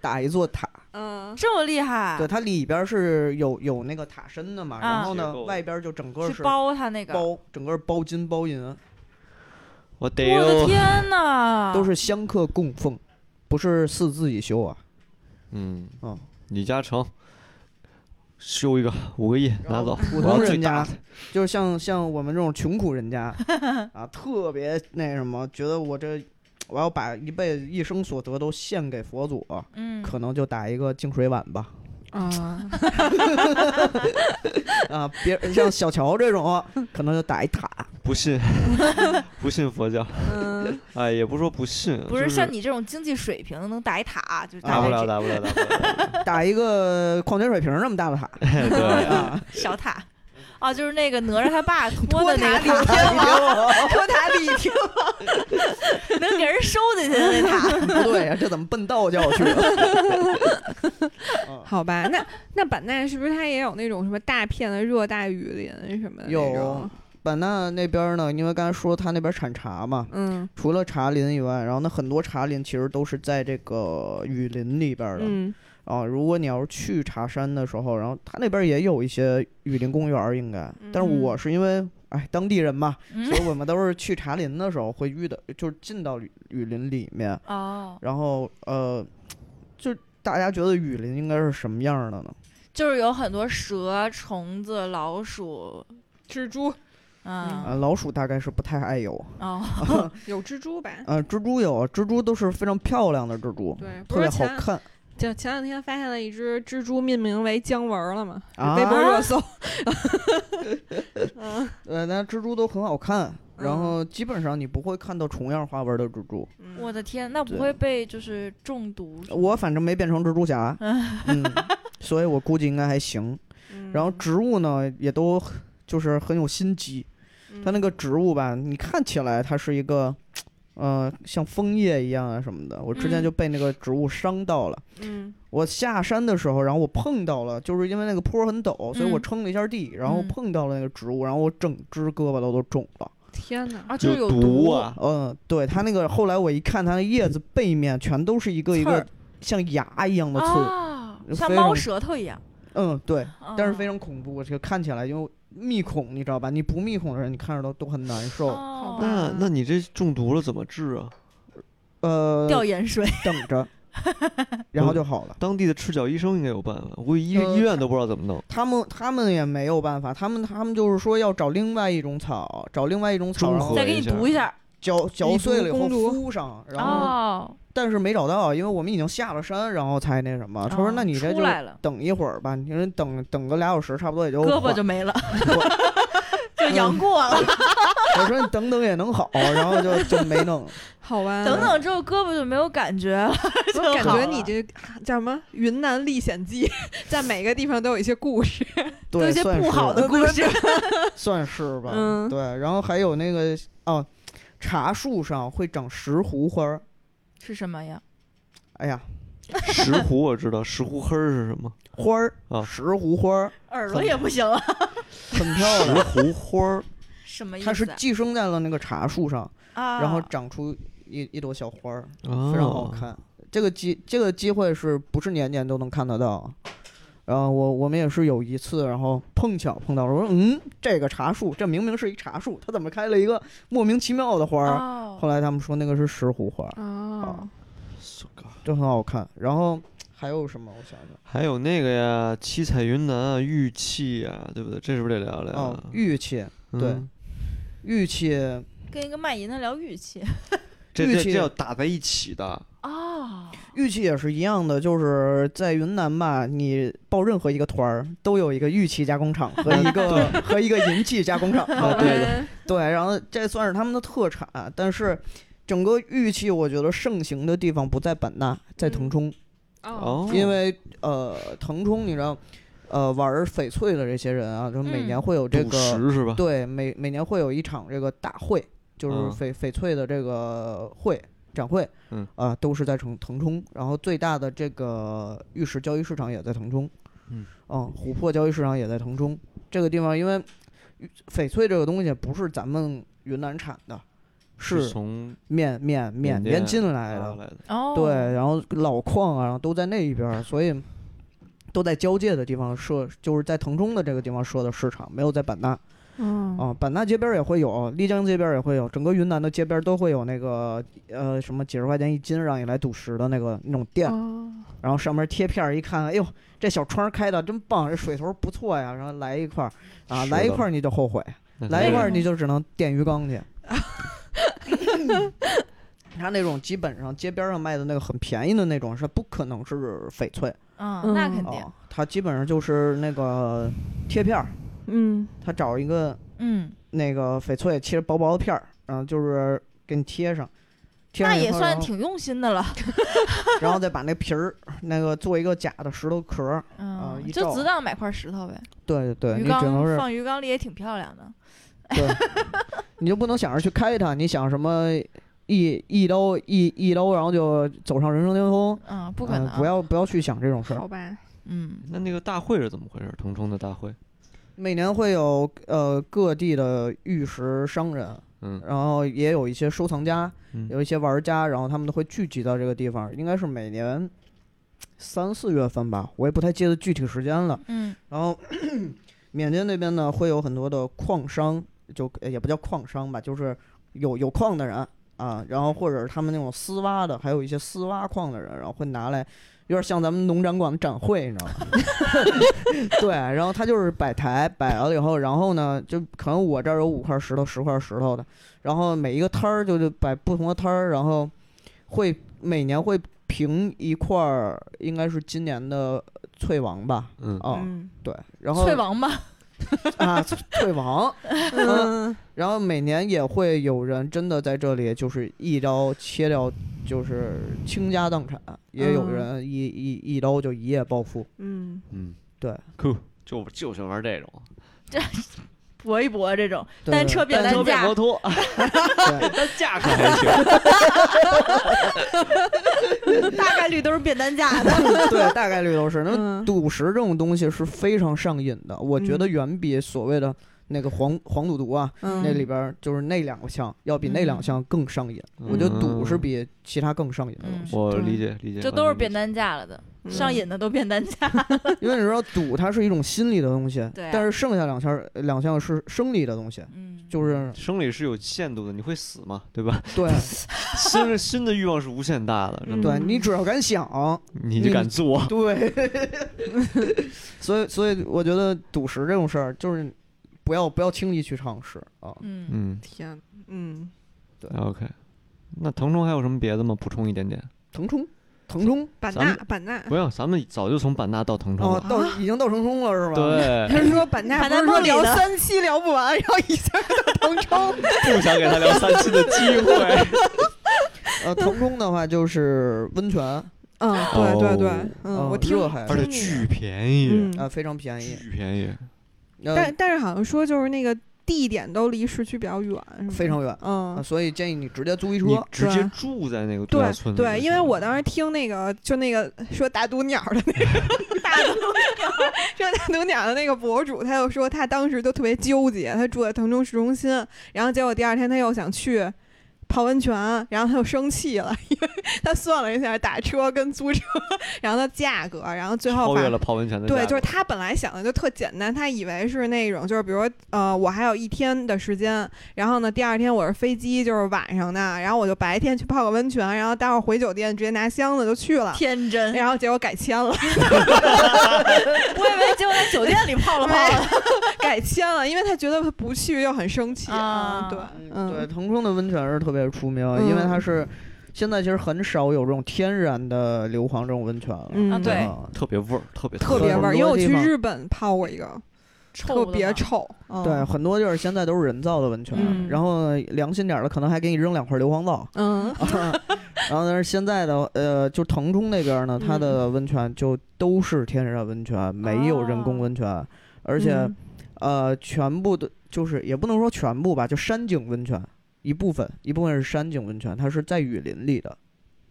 [SPEAKER 4] 打一座塔。
[SPEAKER 3] 嗯
[SPEAKER 1] 这么厉害
[SPEAKER 4] 对，，它里边儿是有有那个塔身的嘛，然
[SPEAKER 1] 啊
[SPEAKER 4] 后
[SPEAKER 2] 结
[SPEAKER 4] 呢
[SPEAKER 2] 构
[SPEAKER 4] 外边儿就整个
[SPEAKER 1] 去
[SPEAKER 4] 是
[SPEAKER 1] 包它那个。
[SPEAKER 4] 包，整个包金包银，
[SPEAKER 2] 我得
[SPEAKER 1] 我的
[SPEAKER 2] 哟，
[SPEAKER 1] 天哪！
[SPEAKER 4] 哎都是香客供奉，不是寺自己修啊。
[SPEAKER 2] 嗯
[SPEAKER 4] 哦，
[SPEAKER 2] 李嘉诚收一个 五个亿拿走，
[SPEAKER 4] 普
[SPEAKER 2] 我要
[SPEAKER 4] 通
[SPEAKER 2] 最
[SPEAKER 4] 人
[SPEAKER 2] 大
[SPEAKER 4] 家
[SPEAKER 2] 的。
[SPEAKER 4] 就是像像我们这种穷苦人家啊，特别那什么，觉得我这我要把一辈子一生所得都献给佛祖，
[SPEAKER 1] 嗯，
[SPEAKER 4] 可能就打一个净水碗吧。
[SPEAKER 3] 啊，
[SPEAKER 4] 啊，别像小乔这种，可能就打一塔。
[SPEAKER 2] 不信，不信佛教，
[SPEAKER 3] 嗯，
[SPEAKER 2] 哎，也不是说不信，
[SPEAKER 1] 不
[SPEAKER 2] 就是
[SPEAKER 1] 像你这种经济水平能打一塔，就是
[SPEAKER 2] 打
[SPEAKER 1] 大
[SPEAKER 2] 不
[SPEAKER 1] 概
[SPEAKER 2] 了，
[SPEAKER 1] 这
[SPEAKER 2] 打不了，打不了，
[SPEAKER 4] 打一个矿泉水瓶儿那么大的塔
[SPEAKER 2] 对，
[SPEAKER 4] 啊，
[SPEAKER 1] 小 塔。啊，就是那个哪吒他爸托
[SPEAKER 3] 托
[SPEAKER 1] 的
[SPEAKER 3] 塔
[SPEAKER 1] 那
[SPEAKER 3] 李
[SPEAKER 1] 个塔，
[SPEAKER 3] 天 王，托塔李天
[SPEAKER 1] 能给人收进去的那塔。
[SPEAKER 4] 不对呀、这怎么奔道教 去了？啊
[SPEAKER 3] 王，好吧，那 那版纳是不是它也有那种什么大片的热带雨林什么的那种？
[SPEAKER 4] 有版纳那边儿呢，因为刚才说他那边儿产茶嘛，
[SPEAKER 3] 嗯
[SPEAKER 4] 除了茶林以外，然后那很多茶林其实都是在这个雨林里边儿的。
[SPEAKER 3] 嗯
[SPEAKER 4] 啊，如果你要是去茶山的时候，然后它那边儿也有一些雨林公园儿，应该。但是
[SPEAKER 1] 嗯
[SPEAKER 4] 我是因为哎当地人嘛，
[SPEAKER 1] 嗯，
[SPEAKER 4] 所以我们都是去茶林的时候会遇到，就是进到雨雨林里面，
[SPEAKER 1] 哦，
[SPEAKER 4] 然后呃，就大家觉得雨林应该是什么样儿的呢？
[SPEAKER 1] 就是有很多蛇、虫子、老鼠，
[SPEAKER 3] 蜘蛛
[SPEAKER 1] 嗯，
[SPEAKER 4] 啊，老鼠大概是不太爱有，
[SPEAKER 1] 哦，
[SPEAKER 3] 有蜘蛛吧？
[SPEAKER 4] 呃，蜘蛛有，蜘蛛都是非常漂亮的蜘蛛，
[SPEAKER 3] 对，
[SPEAKER 4] 特
[SPEAKER 3] 不是
[SPEAKER 4] 别好
[SPEAKER 3] 前
[SPEAKER 4] 看。
[SPEAKER 3] 就前两天发现了一只蜘蛛，命名为姜文了嘛？
[SPEAKER 4] 啊
[SPEAKER 3] 微博热搜。 嗯
[SPEAKER 4] 呃，那蜘蛛都很好看，然
[SPEAKER 3] 嗯
[SPEAKER 4] 后基本上你不会看到重样花纹的蜘蛛。
[SPEAKER 3] 嗯
[SPEAKER 1] 我的天，那不
[SPEAKER 4] 对哦
[SPEAKER 1] 会被就是中毒？
[SPEAKER 4] 我反正没变成蜘蛛 侠，嗯，所以我估计应该还行。
[SPEAKER 3] 嗯
[SPEAKER 4] 然后植物呢，也都很就是很有心机。
[SPEAKER 3] 嗯
[SPEAKER 4] 它那个植物吧，你看起来它是一个，呃，像枫叶一样啊什么的。我之
[SPEAKER 1] 嗯
[SPEAKER 4] 前就被那个植物伤到了。
[SPEAKER 3] 嗯
[SPEAKER 4] 我下山的时候，然后我碰到了，就是因为那个坡很陡，所以我
[SPEAKER 1] 嗯
[SPEAKER 4] 撑了一下地，然后
[SPEAKER 1] 嗯
[SPEAKER 4] 碰到了那个植物，然后我整只胳膊头都肿了。
[SPEAKER 3] 天哪！
[SPEAKER 1] 啊，就是
[SPEAKER 5] 有
[SPEAKER 2] 哎
[SPEAKER 1] 有
[SPEAKER 5] 毒啊！
[SPEAKER 4] 嗯，对，它那个后来我一看，它的叶子背面全都是一个一
[SPEAKER 1] 刺
[SPEAKER 4] 个
[SPEAKER 1] 儿
[SPEAKER 4] 像牙一样的刺儿，
[SPEAKER 1] 啊，像
[SPEAKER 4] 非
[SPEAKER 1] 猫
[SPEAKER 4] 常
[SPEAKER 1] 舌头一样，哦
[SPEAKER 4] 嗯，对，但是非
[SPEAKER 1] 常
[SPEAKER 4] 常恐怖，这个看起来因为密孔，你知道吧？你不密孔的人，你看着都都很难受。
[SPEAKER 1] 哦
[SPEAKER 3] 吧
[SPEAKER 2] 那那你这中毒了怎么治啊？
[SPEAKER 4] 呃，
[SPEAKER 1] 掉盐水，
[SPEAKER 4] 等 着，然后就好了。
[SPEAKER 2] 当地的赤脚医生应该有办法，我估计医
[SPEAKER 4] 呃
[SPEAKER 2] 医院都不知道怎么弄。
[SPEAKER 4] 他们他们也没有办法，他们他们就是说要找另外一种草，找另外一种草，
[SPEAKER 2] 中
[SPEAKER 4] 然
[SPEAKER 2] 和
[SPEAKER 4] 后
[SPEAKER 1] 再给你毒一下。
[SPEAKER 4] 嚼嚼
[SPEAKER 3] 以
[SPEAKER 4] 碎
[SPEAKER 3] 毒
[SPEAKER 4] 了以后
[SPEAKER 3] 攻毒
[SPEAKER 4] 敷上，然后、
[SPEAKER 1] 哦，
[SPEAKER 4] 但是没找到，啊因为我们已经下了山，然后才那什啊么。他说：“
[SPEAKER 1] 哦
[SPEAKER 4] 那你这
[SPEAKER 1] 出
[SPEAKER 4] 就
[SPEAKER 1] 来了，
[SPEAKER 4] 等一会儿吧，你说等等个俩小时，差不多也就
[SPEAKER 1] 胳膊
[SPEAKER 4] 缓
[SPEAKER 1] 就没 了，
[SPEAKER 4] 我
[SPEAKER 1] 就
[SPEAKER 4] 嗯
[SPEAKER 1] 杨过了。
[SPEAKER 4] 我说你等等也能好，然后 就就没弄。
[SPEAKER 3] 好
[SPEAKER 4] 嗯
[SPEAKER 3] 吧，
[SPEAKER 1] 等等之后胳膊就没有感觉了，就
[SPEAKER 3] 我感
[SPEAKER 1] 好了
[SPEAKER 3] 觉你这叫什么《云南历险记》，在每个地方都有一些故事。
[SPEAKER 1] 都有
[SPEAKER 4] 对，
[SPEAKER 1] 一些
[SPEAKER 4] 算
[SPEAKER 1] 不
[SPEAKER 4] 是
[SPEAKER 1] 好的故 事。
[SPEAKER 4] 算是吧。
[SPEAKER 3] 嗯
[SPEAKER 4] 对，然后还有那个哦，茶树上会长石斛花儿。
[SPEAKER 1] 是什么呀？
[SPEAKER 4] 哎呀，
[SPEAKER 2] 石斛我知道，石斛黑儿是什么？
[SPEAKER 4] 花儿
[SPEAKER 2] 啊
[SPEAKER 4] 石斛花儿
[SPEAKER 1] 耳朵也不行 了，
[SPEAKER 4] 很漂亮，
[SPEAKER 2] 石斛花儿，
[SPEAKER 1] 什么意思
[SPEAKER 4] 它
[SPEAKER 1] 啊？
[SPEAKER 4] 是寄生在了那个茶树上，
[SPEAKER 1] 啊，
[SPEAKER 4] 然后长出一一朵小花儿，
[SPEAKER 2] 非
[SPEAKER 4] 哦非常
[SPEAKER 2] 哦
[SPEAKER 4] 好。看。这个机这个机会是不是年年都能看得到？然后我我们也是有一次，然后碰巧碰到了，我说嗯，这个茶树，这明明是一茶树，它怎么开了一个莫名其妙的花儿？
[SPEAKER 1] 哦，
[SPEAKER 4] 后来他们说那个是石斛花儿，
[SPEAKER 3] 哦
[SPEAKER 4] 啊，这很好看。然后还有什么？我想想，
[SPEAKER 2] 还有那个呀，七彩云南啊，玉器啊，对不对？这是不是得聊聊
[SPEAKER 4] 哦
[SPEAKER 2] 啊？，
[SPEAKER 4] 玉器，
[SPEAKER 2] 嗯
[SPEAKER 4] 对，玉器，
[SPEAKER 1] 跟一个卖淫的聊玉 器
[SPEAKER 2] 这
[SPEAKER 4] 玉
[SPEAKER 2] 这
[SPEAKER 4] 器
[SPEAKER 2] 这要打在一起的。
[SPEAKER 1] 哦，
[SPEAKER 4] 玉器也是一样的，就是在云南吧，你报任何一个团儿，都有一个玉器加工厂和一个 和一个银器加工厂。
[SPEAKER 3] 好吧，
[SPEAKER 4] 啊 对，然后这算是他们的特产，但是整个玉器，我觉得盛行的地方不在版纳，在腾冲，
[SPEAKER 3] 哦，
[SPEAKER 2] 哦，
[SPEAKER 4] 因为呃，腾冲你知道，呃，玩翡翠的这些人啊，就每
[SPEAKER 1] 嗯
[SPEAKER 4] 年会有这
[SPEAKER 2] 赌
[SPEAKER 4] 个、
[SPEAKER 2] 石是吧？
[SPEAKER 4] 对，每每年会有一场这个大会，就是
[SPEAKER 2] 啊嗯
[SPEAKER 4] 翡翡翠的这个会展会，
[SPEAKER 2] 嗯
[SPEAKER 4] 啊、都是在腾腾冲，然后最大的这个玉石交易市场也在腾冲，啊
[SPEAKER 2] 嗯，
[SPEAKER 4] 琥珀交易市场也在腾冲。这个地方因为玉翡翠这个东西不是咱们云南产的，是哎
[SPEAKER 2] 从
[SPEAKER 4] 缅缅缅
[SPEAKER 2] 甸
[SPEAKER 4] 甸进
[SPEAKER 2] 哪
[SPEAKER 4] 来
[SPEAKER 2] 儿
[SPEAKER 4] 的，
[SPEAKER 2] 来的。
[SPEAKER 1] 哦，
[SPEAKER 4] 对，，然后老矿啊，然后都在那一边儿，所以。都在交界的地方设，就是在腾冲的这个地方设的市场，没有在版纳。
[SPEAKER 3] 嗯，
[SPEAKER 4] 啊，版纳街边儿也会有，丽江街边儿也会有，整个云南的街边儿都会有那个呃什么几十块钱一斤让你来赌石的那个那种店，
[SPEAKER 3] 哦
[SPEAKER 4] 然后上面贴片儿一看，哎呦，这小窗儿开的真棒，这水头儿不错呀，然后来一块儿啊，
[SPEAKER 2] 是
[SPEAKER 4] 来一
[SPEAKER 2] 的
[SPEAKER 4] 块儿你就后悔，
[SPEAKER 2] 那
[SPEAKER 4] 来一
[SPEAKER 2] 这
[SPEAKER 4] 块儿
[SPEAKER 1] 嗯
[SPEAKER 4] 你就只能电 鱼缸去。他那种基本上街边儿上卖的那个很便宜的那种，是不可能是翡翠
[SPEAKER 1] 嗯，那
[SPEAKER 3] 嗯
[SPEAKER 1] 肯定，
[SPEAKER 4] 啊，它基本上就是那个贴片儿，
[SPEAKER 3] 嗯
[SPEAKER 4] 他找一个
[SPEAKER 1] 嗯，
[SPEAKER 4] 那个翡翠切薄薄的片儿，然后就是给你贴上，贴上
[SPEAKER 1] 那
[SPEAKER 4] 以
[SPEAKER 1] 也
[SPEAKER 4] 后
[SPEAKER 1] 算
[SPEAKER 4] 然后
[SPEAKER 1] 挺用心的了，
[SPEAKER 4] 然后再把那皮儿那个做一个假的石头壳儿，啊
[SPEAKER 1] 嗯，
[SPEAKER 4] 一
[SPEAKER 1] 就
[SPEAKER 4] 照
[SPEAKER 1] 只当买块石头呗。
[SPEAKER 4] 对对对，
[SPEAKER 1] 鱼
[SPEAKER 4] 你
[SPEAKER 1] 缸
[SPEAKER 4] 只能是
[SPEAKER 1] 放鱼缸里也挺漂亮的，
[SPEAKER 4] 你就不能想着去开它，你想什么一一刀一一刀，然后就走上人生巅峰，
[SPEAKER 1] 嗯，不
[SPEAKER 4] 不
[SPEAKER 1] 可能，
[SPEAKER 4] 不，要不要去想这种事儿
[SPEAKER 3] 好。吧，
[SPEAKER 1] 嗯，
[SPEAKER 2] 那那个大会是怎么回事？腾冲的大会，
[SPEAKER 4] 每年会有呃各地的玉石商人，
[SPEAKER 2] 嗯
[SPEAKER 4] 然后也有一些收藏家，
[SPEAKER 2] 嗯
[SPEAKER 4] 有一些玩家，然后他们都会聚集到这个地方，应该是每年三四月份吧，我也不太记得具体时间了。
[SPEAKER 1] 嗯，
[SPEAKER 4] 然后 缅甸那边呢，会有很多的矿商，就呃也不叫矿商吧，就是有有矿的人啊，然后或者是他们那种私挖的，还有一些私挖矿的人，然后会拿来，有点像咱们农展馆的展会，你知道吗？ 对，然后他就是摆台，摆完了以后，然后呢，就可能我这儿有五块石头、十块石头的，然后每一个摊儿就是摆不同的摊儿，然后会每年会评一块儿，应该是今年的翠王吧，
[SPEAKER 2] 嗯，
[SPEAKER 4] 哦，
[SPEAKER 3] 嗯
[SPEAKER 4] 对，然后
[SPEAKER 1] 翠王吧，
[SPEAKER 4] 啊，退王，嗯，然后每年也会有人真的在这里就是一刀切掉，就是倾家荡产，也有
[SPEAKER 3] 嗯
[SPEAKER 4] 人一一一刀就一夜暴富。
[SPEAKER 3] 嗯，
[SPEAKER 2] 嗯，
[SPEAKER 4] 对，
[SPEAKER 2] 酷，就就喜欢玩这种
[SPEAKER 1] 搏一搏这种，
[SPEAKER 4] 对
[SPEAKER 1] 单
[SPEAKER 4] 对
[SPEAKER 1] 车变
[SPEAKER 2] 单车
[SPEAKER 1] 单
[SPEAKER 2] 变
[SPEAKER 1] 架
[SPEAKER 2] 摩，托，单架可啊还行，
[SPEAKER 1] 大概率都是变单架的，
[SPEAKER 4] 对，大概率都是。那
[SPEAKER 3] 嗯
[SPEAKER 4] 赌石这种东西是非常上瘾的，我觉得远比所谓的那个黄黄赌毒啊，
[SPEAKER 3] 嗯
[SPEAKER 4] 那里边儿就是那两个项要比那两
[SPEAKER 1] 嗯
[SPEAKER 4] 项更上瘾。 我觉得赌是
[SPEAKER 2] 嗯
[SPEAKER 4] 比其他更上瘾的东西，
[SPEAKER 2] 我
[SPEAKER 3] 对
[SPEAKER 2] 理解理解，
[SPEAKER 1] 这都是变单架了的，
[SPEAKER 3] 嗯
[SPEAKER 1] 上瘾的都变单架，
[SPEAKER 4] 因为你知道赌它是一种心理的东西，
[SPEAKER 1] 对啊
[SPEAKER 4] 但是剩下两项儿两项是生理的东西。
[SPEAKER 1] 嗯，
[SPEAKER 4] 就是
[SPEAKER 2] 生理是有限度的，你会死嘛，对吧？
[SPEAKER 4] 对
[SPEAKER 2] 生的新的欲望是无限大的，真的，
[SPEAKER 4] 对，
[SPEAKER 3] 嗯
[SPEAKER 4] 你只要敢想，
[SPEAKER 2] 你就敢做，
[SPEAKER 4] 对，所以所以我觉得赌石这种事儿就是不要不要轻易去尝试啊。
[SPEAKER 1] 嗯，
[SPEAKER 2] 嗯
[SPEAKER 3] 天，嗯，
[SPEAKER 2] ，OK。那腾冲还有什么别的吗？补充一点点，
[SPEAKER 4] 腾冲，腾冲
[SPEAKER 3] 版
[SPEAKER 2] 咱
[SPEAKER 3] 纳
[SPEAKER 2] 们
[SPEAKER 3] 版纳，
[SPEAKER 2] 不用，咱们早就从版纳到腾冲啊
[SPEAKER 4] 哦
[SPEAKER 2] 了。，
[SPEAKER 4] 到
[SPEAKER 1] 啊
[SPEAKER 4] 已经到腾冲了
[SPEAKER 3] 哦
[SPEAKER 4] 是吧？
[SPEAKER 2] 对，
[SPEAKER 3] 他是说版
[SPEAKER 1] 版
[SPEAKER 3] 纳不
[SPEAKER 1] 纳
[SPEAKER 3] 是说
[SPEAKER 1] 梦里
[SPEAKER 3] 聊
[SPEAKER 1] 的
[SPEAKER 3] 三期聊不完，然后一下 就腾冲，
[SPEAKER 2] 不想给他聊三期的机 会。
[SPEAKER 4] 呃，腾冲的话就是温泉，啊、
[SPEAKER 3] 嗯，对对对
[SPEAKER 2] 哦，
[SPEAKER 3] 嗯，我
[SPEAKER 4] 呃
[SPEAKER 3] 听
[SPEAKER 4] 热海
[SPEAKER 2] 而且
[SPEAKER 3] 听你
[SPEAKER 2] 巨便宜，
[SPEAKER 3] 嗯，
[SPEAKER 4] 呃非常便宜，
[SPEAKER 2] 巨便宜。
[SPEAKER 4] 啊
[SPEAKER 1] 嗯
[SPEAKER 4] 呃
[SPEAKER 3] 但，但是好像说就是那个地点都离市区比较远，是吗
[SPEAKER 4] 非常远、啊，
[SPEAKER 3] 嗯。
[SPEAKER 4] 所以建议你直接租一车
[SPEAKER 2] 你。直接
[SPEAKER 3] 对啊
[SPEAKER 2] 住在那个度假村
[SPEAKER 3] 对
[SPEAKER 2] 里就行了。
[SPEAKER 3] 对，因为我当时听那个，就那个说大毒鸟的 那个
[SPEAKER 1] 大的
[SPEAKER 3] 说大毒鸟的那个博主，他就说他当时就特别纠结，他住在腾冲市中心，然后结果第二天他又想去泡温泉，然后他又生气了，因为他算了一下打车跟租车，然后的价格，然后最后
[SPEAKER 2] 超
[SPEAKER 3] 反
[SPEAKER 2] 越了泡温泉的价
[SPEAKER 3] 对，
[SPEAKER 2] 格
[SPEAKER 3] 就是他本来想的就特简单，他以为是那种，就是比如说呃，我还有一天的时间，然后呢，第二天我是飞机，就是晚上的，然后我就白天去泡个温泉，然后待会儿回酒店直接拿箱子就去了。
[SPEAKER 1] 天真，
[SPEAKER 3] 然后结果改签了，
[SPEAKER 1] 我以为结果在酒店里泡了泡了，
[SPEAKER 3] 改签了，因为他觉得他不去又很生气
[SPEAKER 1] 啊
[SPEAKER 3] 对，
[SPEAKER 4] 嗯，对，
[SPEAKER 3] 嗯，
[SPEAKER 4] 腾冲的温泉是特别出名，因为它
[SPEAKER 3] 嗯
[SPEAKER 4] 是现在其实很少有这种天然的硫磺这种温泉了。
[SPEAKER 3] 嗯
[SPEAKER 1] 啊对
[SPEAKER 4] 啊
[SPEAKER 2] 特别味儿，特别
[SPEAKER 3] 特别味儿。因为我去
[SPEAKER 4] 很多地方
[SPEAKER 3] 日本泡过一个，特
[SPEAKER 1] 臭的
[SPEAKER 3] 别
[SPEAKER 1] 嘛，
[SPEAKER 3] 臭。嗯
[SPEAKER 4] 对，，很多地儿现在都是人造的温泉，
[SPEAKER 3] 嗯
[SPEAKER 4] 然后良心点儿的可能还给你扔两块硫磺皂。
[SPEAKER 3] 嗯
[SPEAKER 4] 然后但是现在的呃，就腾冲那边儿呢，它
[SPEAKER 3] 嗯
[SPEAKER 4] 的温泉就都是天然温泉，没有人工温泉，而且、
[SPEAKER 3] 哦嗯
[SPEAKER 4] 呃，全部的就是也不能说全部吧，就山景温泉一部分，一部分是山景温泉，它是在雨林里的，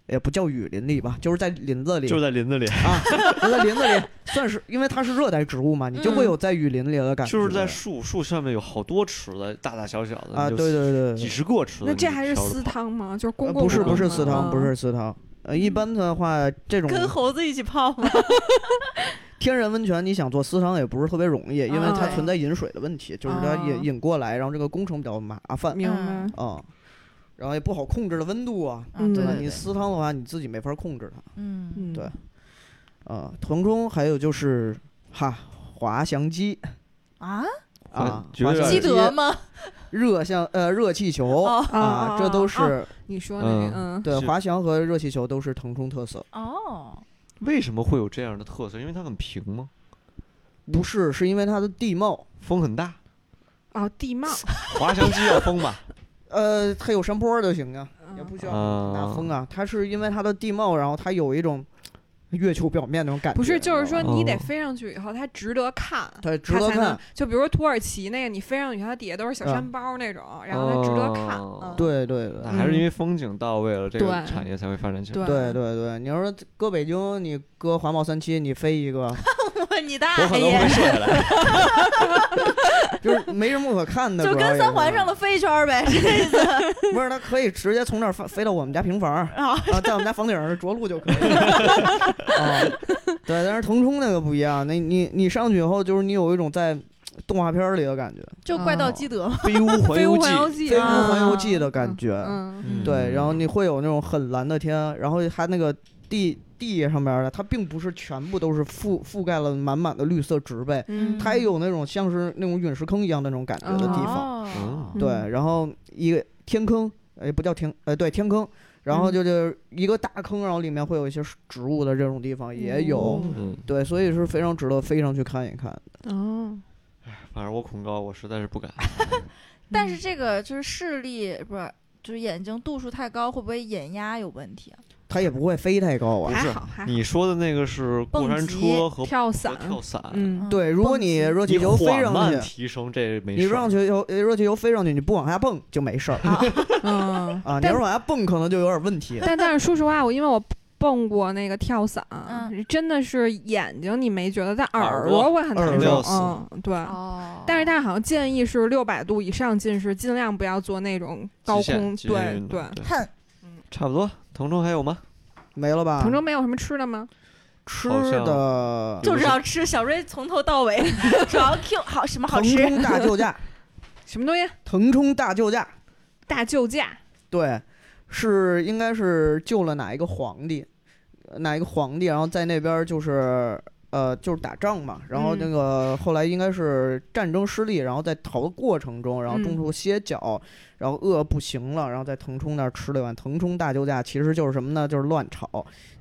[SPEAKER 4] 也不叫雨林里吧，就是在林子里，
[SPEAKER 2] 就是在林子里，
[SPEAKER 4] 啊，就在林子里，算是因为它是热带植物嘛，你就
[SPEAKER 3] 嗯
[SPEAKER 4] 会有在雨林里的感觉，
[SPEAKER 2] 就是在树树上面有好多池子，大大小小的
[SPEAKER 4] 啊，
[SPEAKER 2] 你
[SPEAKER 4] 对
[SPEAKER 2] 就
[SPEAKER 4] 对对
[SPEAKER 2] 几
[SPEAKER 4] 对，
[SPEAKER 2] 十个池子。
[SPEAKER 3] 那这还是私
[SPEAKER 2] 私
[SPEAKER 3] 汤吗？就是
[SPEAKER 4] 呃
[SPEAKER 3] 公共
[SPEAKER 4] 不是
[SPEAKER 3] 浴
[SPEAKER 4] 不是
[SPEAKER 3] 吗
[SPEAKER 4] 私汤，不是私汤。呃，一般的话，这种
[SPEAKER 1] 跟猴子一起泡嘛，
[SPEAKER 4] 天然温泉，你想做私汤也不是特别容易，因为它
[SPEAKER 3] 啊
[SPEAKER 4] 存在引水的问题，就是它
[SPEAKER 3] 啊
[SPEAKER 4] 引引过来，然后这个工程比较麻烦
[SPEAKER 3] 嗯明
[SPEAKER 1] 嗯
[SPEAKER 3] 白。
[SPEAKER 4] 啊，然后也不好控制的温度啊，
[SPEAKER 1] 啊对
[SPEAKER 4] 对吧？
[SPEAKER 1] 对
[SPEAKER 4] 你
[SPEAKER 1] 对
[SPEAKER 4] 私汤的话，你自己没法控制
[SPEAKER 1] 嗯，
[SPEAKER 3] 嗯
[SPEAKER 4] 对它啊。腾冲还有就是哈滑翔机
[SPEAKER 1] 啊，
[SPEAKER 4] 啊，
[SPEAKER 2] 觉
[SPEAKER 4] 滑
[SPEAKER 2] 得
[SPEAKER 4] 翔
[SPEAKER 1] 基
[SPEAKER 4] 机
[SPEAKER 1] 德吗？
[SPEAKER 4] 热像呃热气球
[SPEAKER 1] 哦
[SPEAKER 4] 啊，这都
[SPEAKER 3] 哦
[SPEAKER 4] 是
[SPEAKER 3] 你说那个，嗯
[SPEAKER 4] 对
[SPEAKER 2] 是
[SPEAKER 4] 滑翔和热气球都是腾冲特色。
[SPEAKER 1] 哦，
[SPEAKER 2] 为什么会有这样的特色？因为它很平吗？
[SPEAKER 4] 不是，是因为它的地貌
[SPEAKER 2] 风很大，
[SPEAKER 3] 哦，地貌，
[SPEAKER 2] 滑翔机要封吧？
[SPEAKER 4] 呃，它有山坡 儿就行啊，也
[SPEAKER 3] 嗯
[SPEAKER 4] 不需要拿
[SPEAKER 2] 啊，
[SPEAKER 4] 风啊。它是因为它的地貌，然后它有一种月球表面那种感觉。
[SPEAKER 3] 不是，就是说
[SPEAKER 4] 你
[SPEAKER 3] 你得
[SPEAKER 2] 哦
[SPEAKER 3] 飞上去以后，它值得看，
[SPEAKER 4] 知道吧它值
[SPEAKER 3] 它
[SPEAKER 4] 得
[SPEAKER 3] 才能
[SPEAKER 4] 看。。
[SPEAKER 3] 就比如说土耳其那个，你飞上去，它底下都是小
[SPEAKER 4] 嗯
[SPEAKER 3] 山包那种，然后它值得看。
[SPEAKER 2] 哦
[SPEAKER 3] 嗯、
[SPEAKER 4] 对对对
[SPEAKER 2] 那还是因为风景到位了，这个
[SPEAKER 3] 对
[SPEAKER 2] 产业才会发展起来。
[SPEAKER 3] 对
[SPEAKER 4] 对对对，你要说搁北京，你搁环贸三期，你飞一个，
[SPEAKER 1] 我你大
[SPEAKER 5] 我可
[SPEAKER 4] 哎
[SPEAKER 5] 能
[SPEAKER 1] 爷
[SPEAKER 5] 会，瘦下 来。
[SPEAKER 4] 就是没什么可看的。
[SPEAKER 1] 就
[SPEAKER 4] 主要
[SPEAKER 1] 跟
[SPEAKER 4] 也
[SPEAKER 1] 三
[SPEAKER 4] 是
[SPEAKER 1] 环上的飞一圈儿呗。
[SPEAKER 4] 不是，它可以直接从那儿飞飞到我们家平房儿
[SPEAKER 1] 啊
[SPEAKER 4] 啊，在我们家房顶上着陆 就可以了。啊，对，但是腾冲那个不一样，那你你上去以后，就是你有一种在动画片儿里的感觉，
[SPEAKER 1] 就怪盗基德嘛，
[SPEAKER 5] 飞屋环
[SPEAKER 3] 飞屋
[SPEAKER 5] 游记
[SPEAKER 3] 环游记，
[SPEAKER 4] 飞屋
[SPEAKER 3] 啊
[SPEAKER 4] 环游记的感觉。
[SPEAKER 3] 嗯，
[SPEAKER 2] 嗯
[SPEAKER 4] 对，然后你会有那种很蓝的天，然后它那个地地上面儿的，它并不是全部都是覆覆盖了满满的绿色植被，
[SPEAKER 3] 嗯，
[SPEAKER 4] 它也有那种像是那种陨石坑一样的那种感觉的地方。
[SPEAKER 1] 哦
[SPEAKER 2] 嗯
[SPEAKER 4] 对，
[SPEAKER 3] 嗯
[SPEAKER 4] 然后一个天坑，哎，不叫天，呃，对，天坑，然后就就是一个大坑，然后里面会有一些植物的这种地方也有，
[SPEAKER 2] 嗯，
[SPEAKER 4] 对，所以是非常值得飞上去看一看。
[SPEAKER 3] 哦，
[SPEAKER 2] 反正我恐高，我实在是不
[SPEAKER 4] 哎
[SPEAKER 2] 敢。
[SPEAKER 1] 但是这个就是视力不是，就是眼睛度数太高，会不会眼压有问题啊？
[SPEAKER 4] 它也不会飞太高啊。
[SPEAKER 3] 还
[SPEAKER 2] 是
[SPEAKER 3] 好还好，
[SPEAKER 2] 你说的那个是过山车和
[SPEAKER 3] 跳
[SPEAKER 2] 和
[SPEAKER 3] 伞，
[SPEAKER 2] 跳伞，
[SPEAKER 3] 嗯，
[SPEAKER 4] 对，如果你热气
[SPEAKER 5] 你
[SPEAKER 4] 球飞
[SPEAKER 5] 缓
[SPEAKER 4] 上
[SPEAKER 5] 慢
[SPEAKER 4] 去，
[SPEAKER 5] 提升，这没
[SPEAKER 4] 你
[SPEAKER 5] 事儿。
[SPEAKER 4] 让球球热气球飞上去，你不往下蹦就没事儿
[SPEAKER 3] 嗯
[SPEAKER 4] 啊。你
[SPEAKER 3] 但
[SPEAKER 4] 要是往下蹦，可能就有点问题。
[SPEAKER 3] 但但是说实话，我因为我蹦过那个跳伞，
[SPEAKER 1] 嗯
[SPEAKER 3] 真的是眼睛你没觉得，但
[SPEAKER 5] 耳
[SPEAKER 3] 耳
[SPEAKER 5] 朵
[SPEAKER 3] 朵会很
[SPEAKER 4] 耳
[SPEAKER 3] 难
[SPEAKER 5] 朵
[SPEAKER 3] 受。
[SPEAKER 5] 死
[SPEAKER 3] 嗯，对。
[SPEAKER 1] 哦
[SPEAKER 3] 但是他好像建议是六百度以上近视，尽量不要做那种高
[SPEAKER 2] 极限
[SPEAKER 3] 空。
[SPEAKER 2] 极限
[SPEAKER 3] 对
[SPEAKER 2] 运动
[SPEAKER 3] 对，
[SPEAKER 2] 对，
[SPEAKER 1] 哼，
[SPEAKER 2] 差不多。腾冲还有吗？
[SPEAKER 4] 没了吧？
[SPEAKER 3] 滕州没有什么吃的吗？
[SPEAKER 4] 吃
[SPEAKER 2] 好像
[SPEAKER 4] 的
[SPEAKER 1] 就知道吃。小瑞从头到 尾主要 Q 好什么好
[SPEAKER 4] 腾
[SPEAKER 1] 吃，
[SPEAKER 4] 冲大救驾，
[SPEAKER 3] 什么东西？
[SPEAKER 4] 腾冲大救驾，
[SPEAKER 3] 大救驾。
[SPEAKER 4] 对，是应该是救了哪一个皇帝，呃哪一个皇帝，然后在那边儿就是呃就是打仗嘛，然后那
[SPEAKER 3] 嗯
[SPEAKER 4] 个后来应该是战争失利，然后在逃的过程中，然后中
[SPEAKER 3] 嗯
[SPEAKER 4] 途歇脚，然后饿不行了，然后在腾冲那儿吃了一碗腾冲大救驾，其实就是什么呢？就是乱炒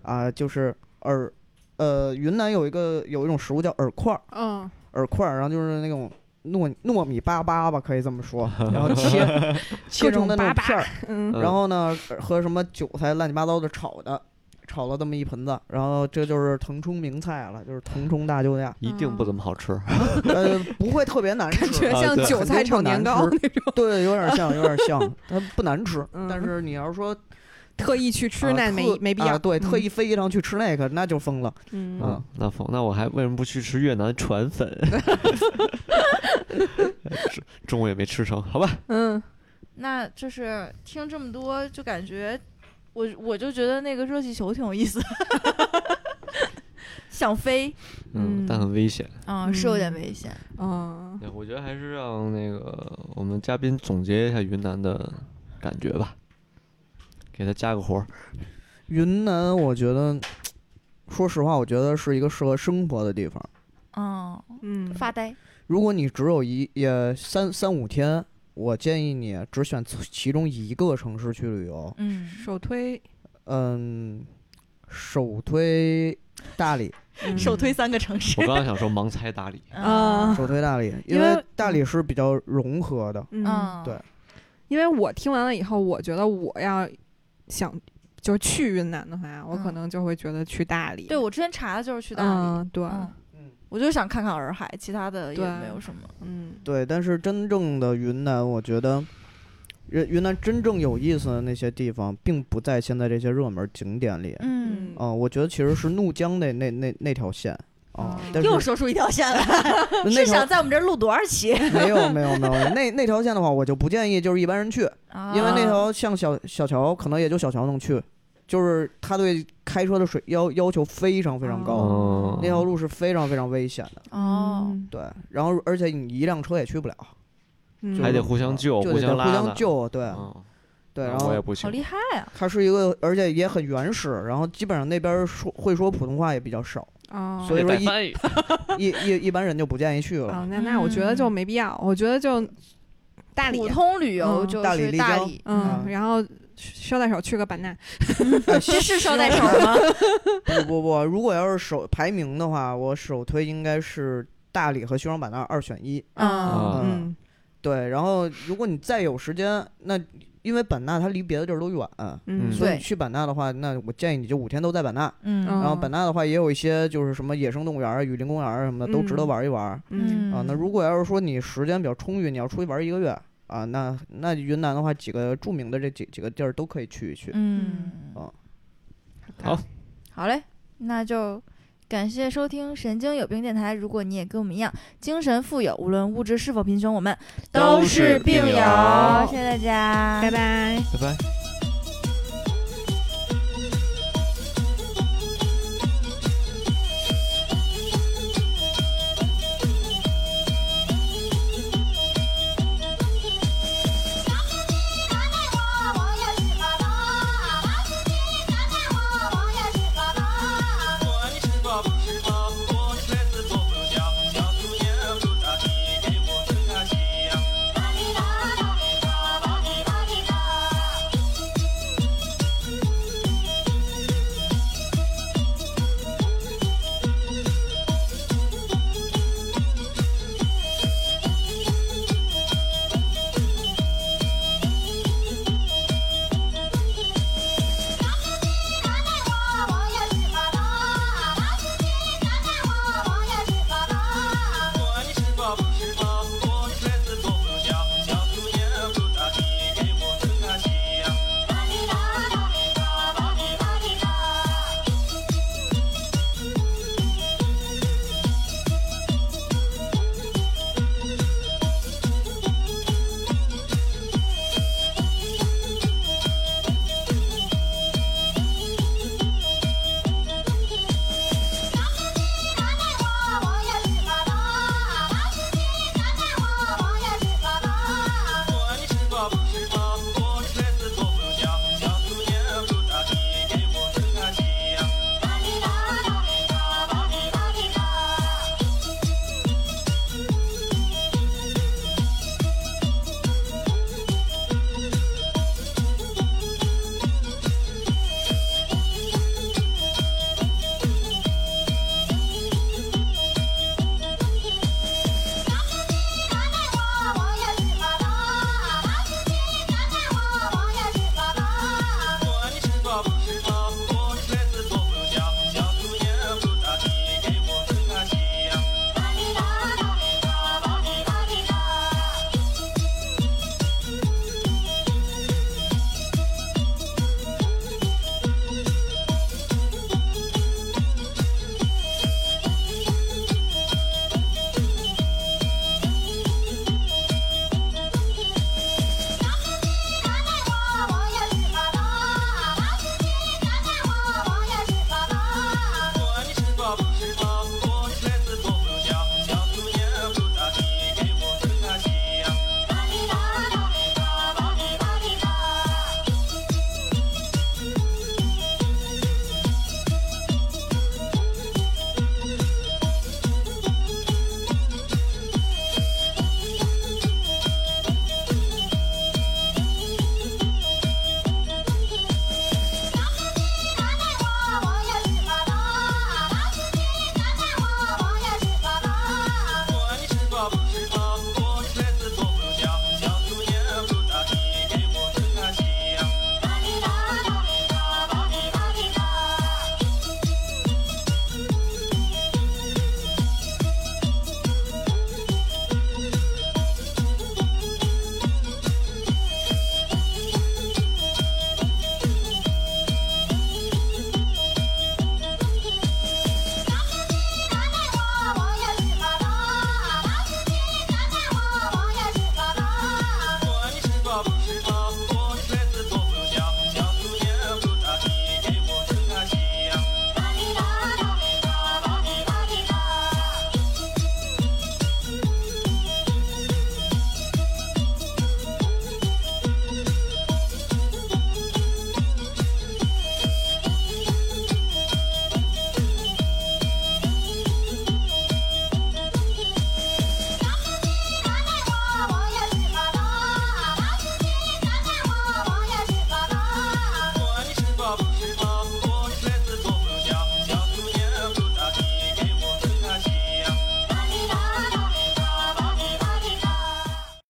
[SPEAKER 4] 啊、就是饵，呃，云南有一个有一种食物叫饵块儿，
[SPEAKER 3] 嗯，
[SPEAKER 4] 饵块儿，然后就是那种。糯糯米粑粑吧，可以这么说，然后切 切
[SPEAKER 3] 各
[SPEAKER 4] 成
[SPEAKER 3] 种
[SPEAKER 4] 的那
[SPEAKER 3] 粑
[SPEAKER 4] 种片儿
[SPEAKER 3] 粑，。嗯
[SPEAKER 2] 嗯，
[SPEAKER 4] 然后呢，和什么韭菜乱七八糟的炒的，炒了这么一盆子，然后这就是腾冲名菜了，就是腾冲大 救驾
[SPEAKER 2] 一定不怎么好吃。
[SPEAKER 4] 呃，不会特别难
[SPEAKER 3] 感觉
[SPEAKER 4] 吃，
[SPEAKER 3] 像
[SPEAKER 2] 对
[SPEAKER 3] 韭菜炒年糕
[SPEAKER 4] 肯
[SPEAKER 3] 那种，
[SPEAKER 4] 对，有点像，有点 像，它不难吃，
[SPEAKER 3] 嗯
[SPEAKER 4] 但是你要说
[SPEAKER 3] 特意去吃
[SPEAKER 4] 呃
[SPEAKER 3] 那
[SPEAKER 4] 特
[SPEAKER 3] 没没必
[SPEAKER 4] 啊
[SPEAKER 3] 要。
[SPEAKER 4] 对，特
[SPEAKER 3] 嗯
[SPEAKER 4] 意飞一趟去吃那个，那就疯了。
[SPEAKER 3] 嗯，
[SPEAKER 2] 嗯，那否那我还为什么不去吃越南船粉？ 中中午也没吃成，好吧。
[SPEAKER 3] 嗯，
[SPEAKER 1] 那就是听这么多，就感觉我我就觉得那个热气球挺有意思， 想飞，
[SPEAKER 2] 嗯，但
[SPEAKER 3] 嗯
[SPEAKER 2] 很危险。
[SPEAKER 1] 嗯，是有点危险。
[SPEAKER 3] 哦，
[SPEAKER 2] 那我觉得还是让那个我们嘉宾总结一下云南的感觉吧，给他加个活儿。
[SPEAKER 4] 云南，我觉得，说实话，我觉得是一个适合生活的地方。
[SPEAKER 1] 嗯，
[SPEAKER 3] 嗯，
[SPEAKER 1] 发呆。
[SPEAKER 4] 如果你只有一也三三五天，我建议你只选其中一个城市去旅游。
[SPEAKER 1] 嗯，
[SPEAKER 3] 首推，
[SPEAKER 4] 嗯，首推大理，
[SPEAKER 3] 嗯
[SPEAKER 1] 首推三个城市
[SPEAKER 2] 我。刚刚想说盲猜打理，
[SPEAKER 1] 嗯
[SPEAKER 3] 啊
[SPEAKER 4] 首推大理，因
[SPEAKER 3] 因为
[SPEAKER 4] 为大理是比较融合的。
[SPEAKER 3] 嗯，
[SPEAKER 1] 嗯，
[SPEAKER 4] 对
[SPEAKER 3] 因为我听完了以后，我觉得我要想就是去云南的话，我可
[SPEAKER 1] 嗯
[SPEAKER 3] 能就会觉得去大理。
[SPEAKER 1] 对，我之前查的就是去大理。
[SPEAKER 3] 嗯，对，
[SPEAKER 1] 嗯，我就想看看洱海，其他的也
[SPEAKER 3] 对
[SPEAKER 1] 没有什么。
[SPEAKER 3] 嗯
[SPEAKER 4] 对，但是真正的云南，我觉得云云南真正有意思的那些地方，并不在现在这些热门景点里。
[SPEAKER 1] 嗯，
[SPEAKER 4] 啊，我觉得其实是怒江那那那那条线啊
[SPEAKER 3] 哦，
[SPEAKER 4] 但是
[SPEAKER 1] 又说出一条线来，
[SPEAKER 4] 那
[SPEAKER 1] 是
[SPEAKER 4] 条
[SPEAKER 1] 想在我们这儿录多少期？
[SPEAKER 4] 没有没有没有那那条线的话，我就不建议就是一般人去，因为那
[SPEAKER 1] 啊
[SPEAKER 4] 条像小小桥，可能也就小桥能去，就是他对开车的水要要求非常非常 高，
[SPEAKER 2] 哦
[SPEAKER 4] 那条路是非常非常危险的。
[SPEAKER 1] 哦，
[SPEAKER 3] 嗯
[SPEAKER 4] 对，然后而且你一辆车也去不了，
[SPEAKER 3] 嗯
[SPEAKER 4] 就
[SPEAKER 2] 还得
[SPEAKER 4] 是
[SPEAKER 2] 互相救，
[SPEAKER 4] 就得
[SPEAKER 2] 相
[SPEAKER 4] 得
[SPEAKER 2] 拉
[SPEAKER 4] 互
[SPEAKER 2] 呢。
[SPEAKER 4] 相救，啊对、
[SPEAKER 2] 嗯，
[SPEAKER 4] 对，然
[SPEAKER 2] 我也
[SPEAKER 4] 后
[SPEAKER 2] 不
[SPEAKER 1] 好
[SPEAKER 2] 行。
[SPEAKER 1] 厉害啊！
[SPEAKER 4] 它是一个，而且也很原始，然后基本上那边说会说普通话也比较少，
[SPEAKER 3] 哦，
[SPEAKER 4] 所以
[SPEAKER 5] 得
[SPEAKER 4] 说
[SPEAKER 5] 带
[SPEAKER 4] 一
[SPEAKER 5] 翻译。
[SPEAKER 4] 一一一般人就不建议去了。
[SPEAKER 3] 哦，那那我觉得就没必要，我觉得就大理，
[SPEAKER 1] 普通旅游
[SPEAKER 3] 嗯
[SPEAKER 1] 就
[SPEAKER 4] 大理
[SPEAKER 1] 是
[SPEAKER 4] 丽
[SPEAKER 1] 大
[SPEAKER 4] 江
[SPEAKER 1] 理，
[SPEAKER 3] 嗯
[SPEAKER 4] 啊，
[SPEAKER 3] 然后捎带手去个版纳，
[SPEAKER 1] 这是捎带手 吗？
[SPEAKER 4] 不不不，如果要是首排名的话，我首推应该是大理和西双版纳二选一。
[SPEAKER 1] 嗯
[SPEAKER 2] 啊
[SPEAKER 3] 嗯
[SPEAKER 4] 对，然后如果你再有时间，那因为版纳它离别的地儿都远，
[SPEAKER 3] 嗯
[SPEAKER 2] 嗯
[SPEAKER 4] 所以
[SPEAKER 1] 对
[SPEAKER 4] 去版纳的话，那我建议你就五天都在版纳。
[SPEAKER 1] 嗯
[SPEAKER 3] 嗯
[SPEAKER 4] 然后版纳的话，也有一些就是什么野生动物园儿、雨林公园儿什么的，都值得
[SPEAKER 3] 嗯
[SPEAKER 4] 玩一玩。
[SPEAKER 3] 嗯
[SPEAKER 1] 哦
[SPEAKER 4] 啊，那如果要是说你时间比较充裕，你要出去玩一个月啊，那那云南的话，几个著名的这几几个地儿都可以去一去。
[SPEAKER 1] 嗯
[SPEAKER 4] 哦
[SPEAKER 2] 好，
[SPEAKER 1] 好嘞，那就感谢收听《神经有病电台》。如果你也跟我们一样精神富有，无论物质是否贫穷，我们
[SPEAKER 2] 都是病友
[SPEAKER 1] 谢谢大家，
[SPEAKER 3] 拜拜。
[SPEAKER 2] 拜拜。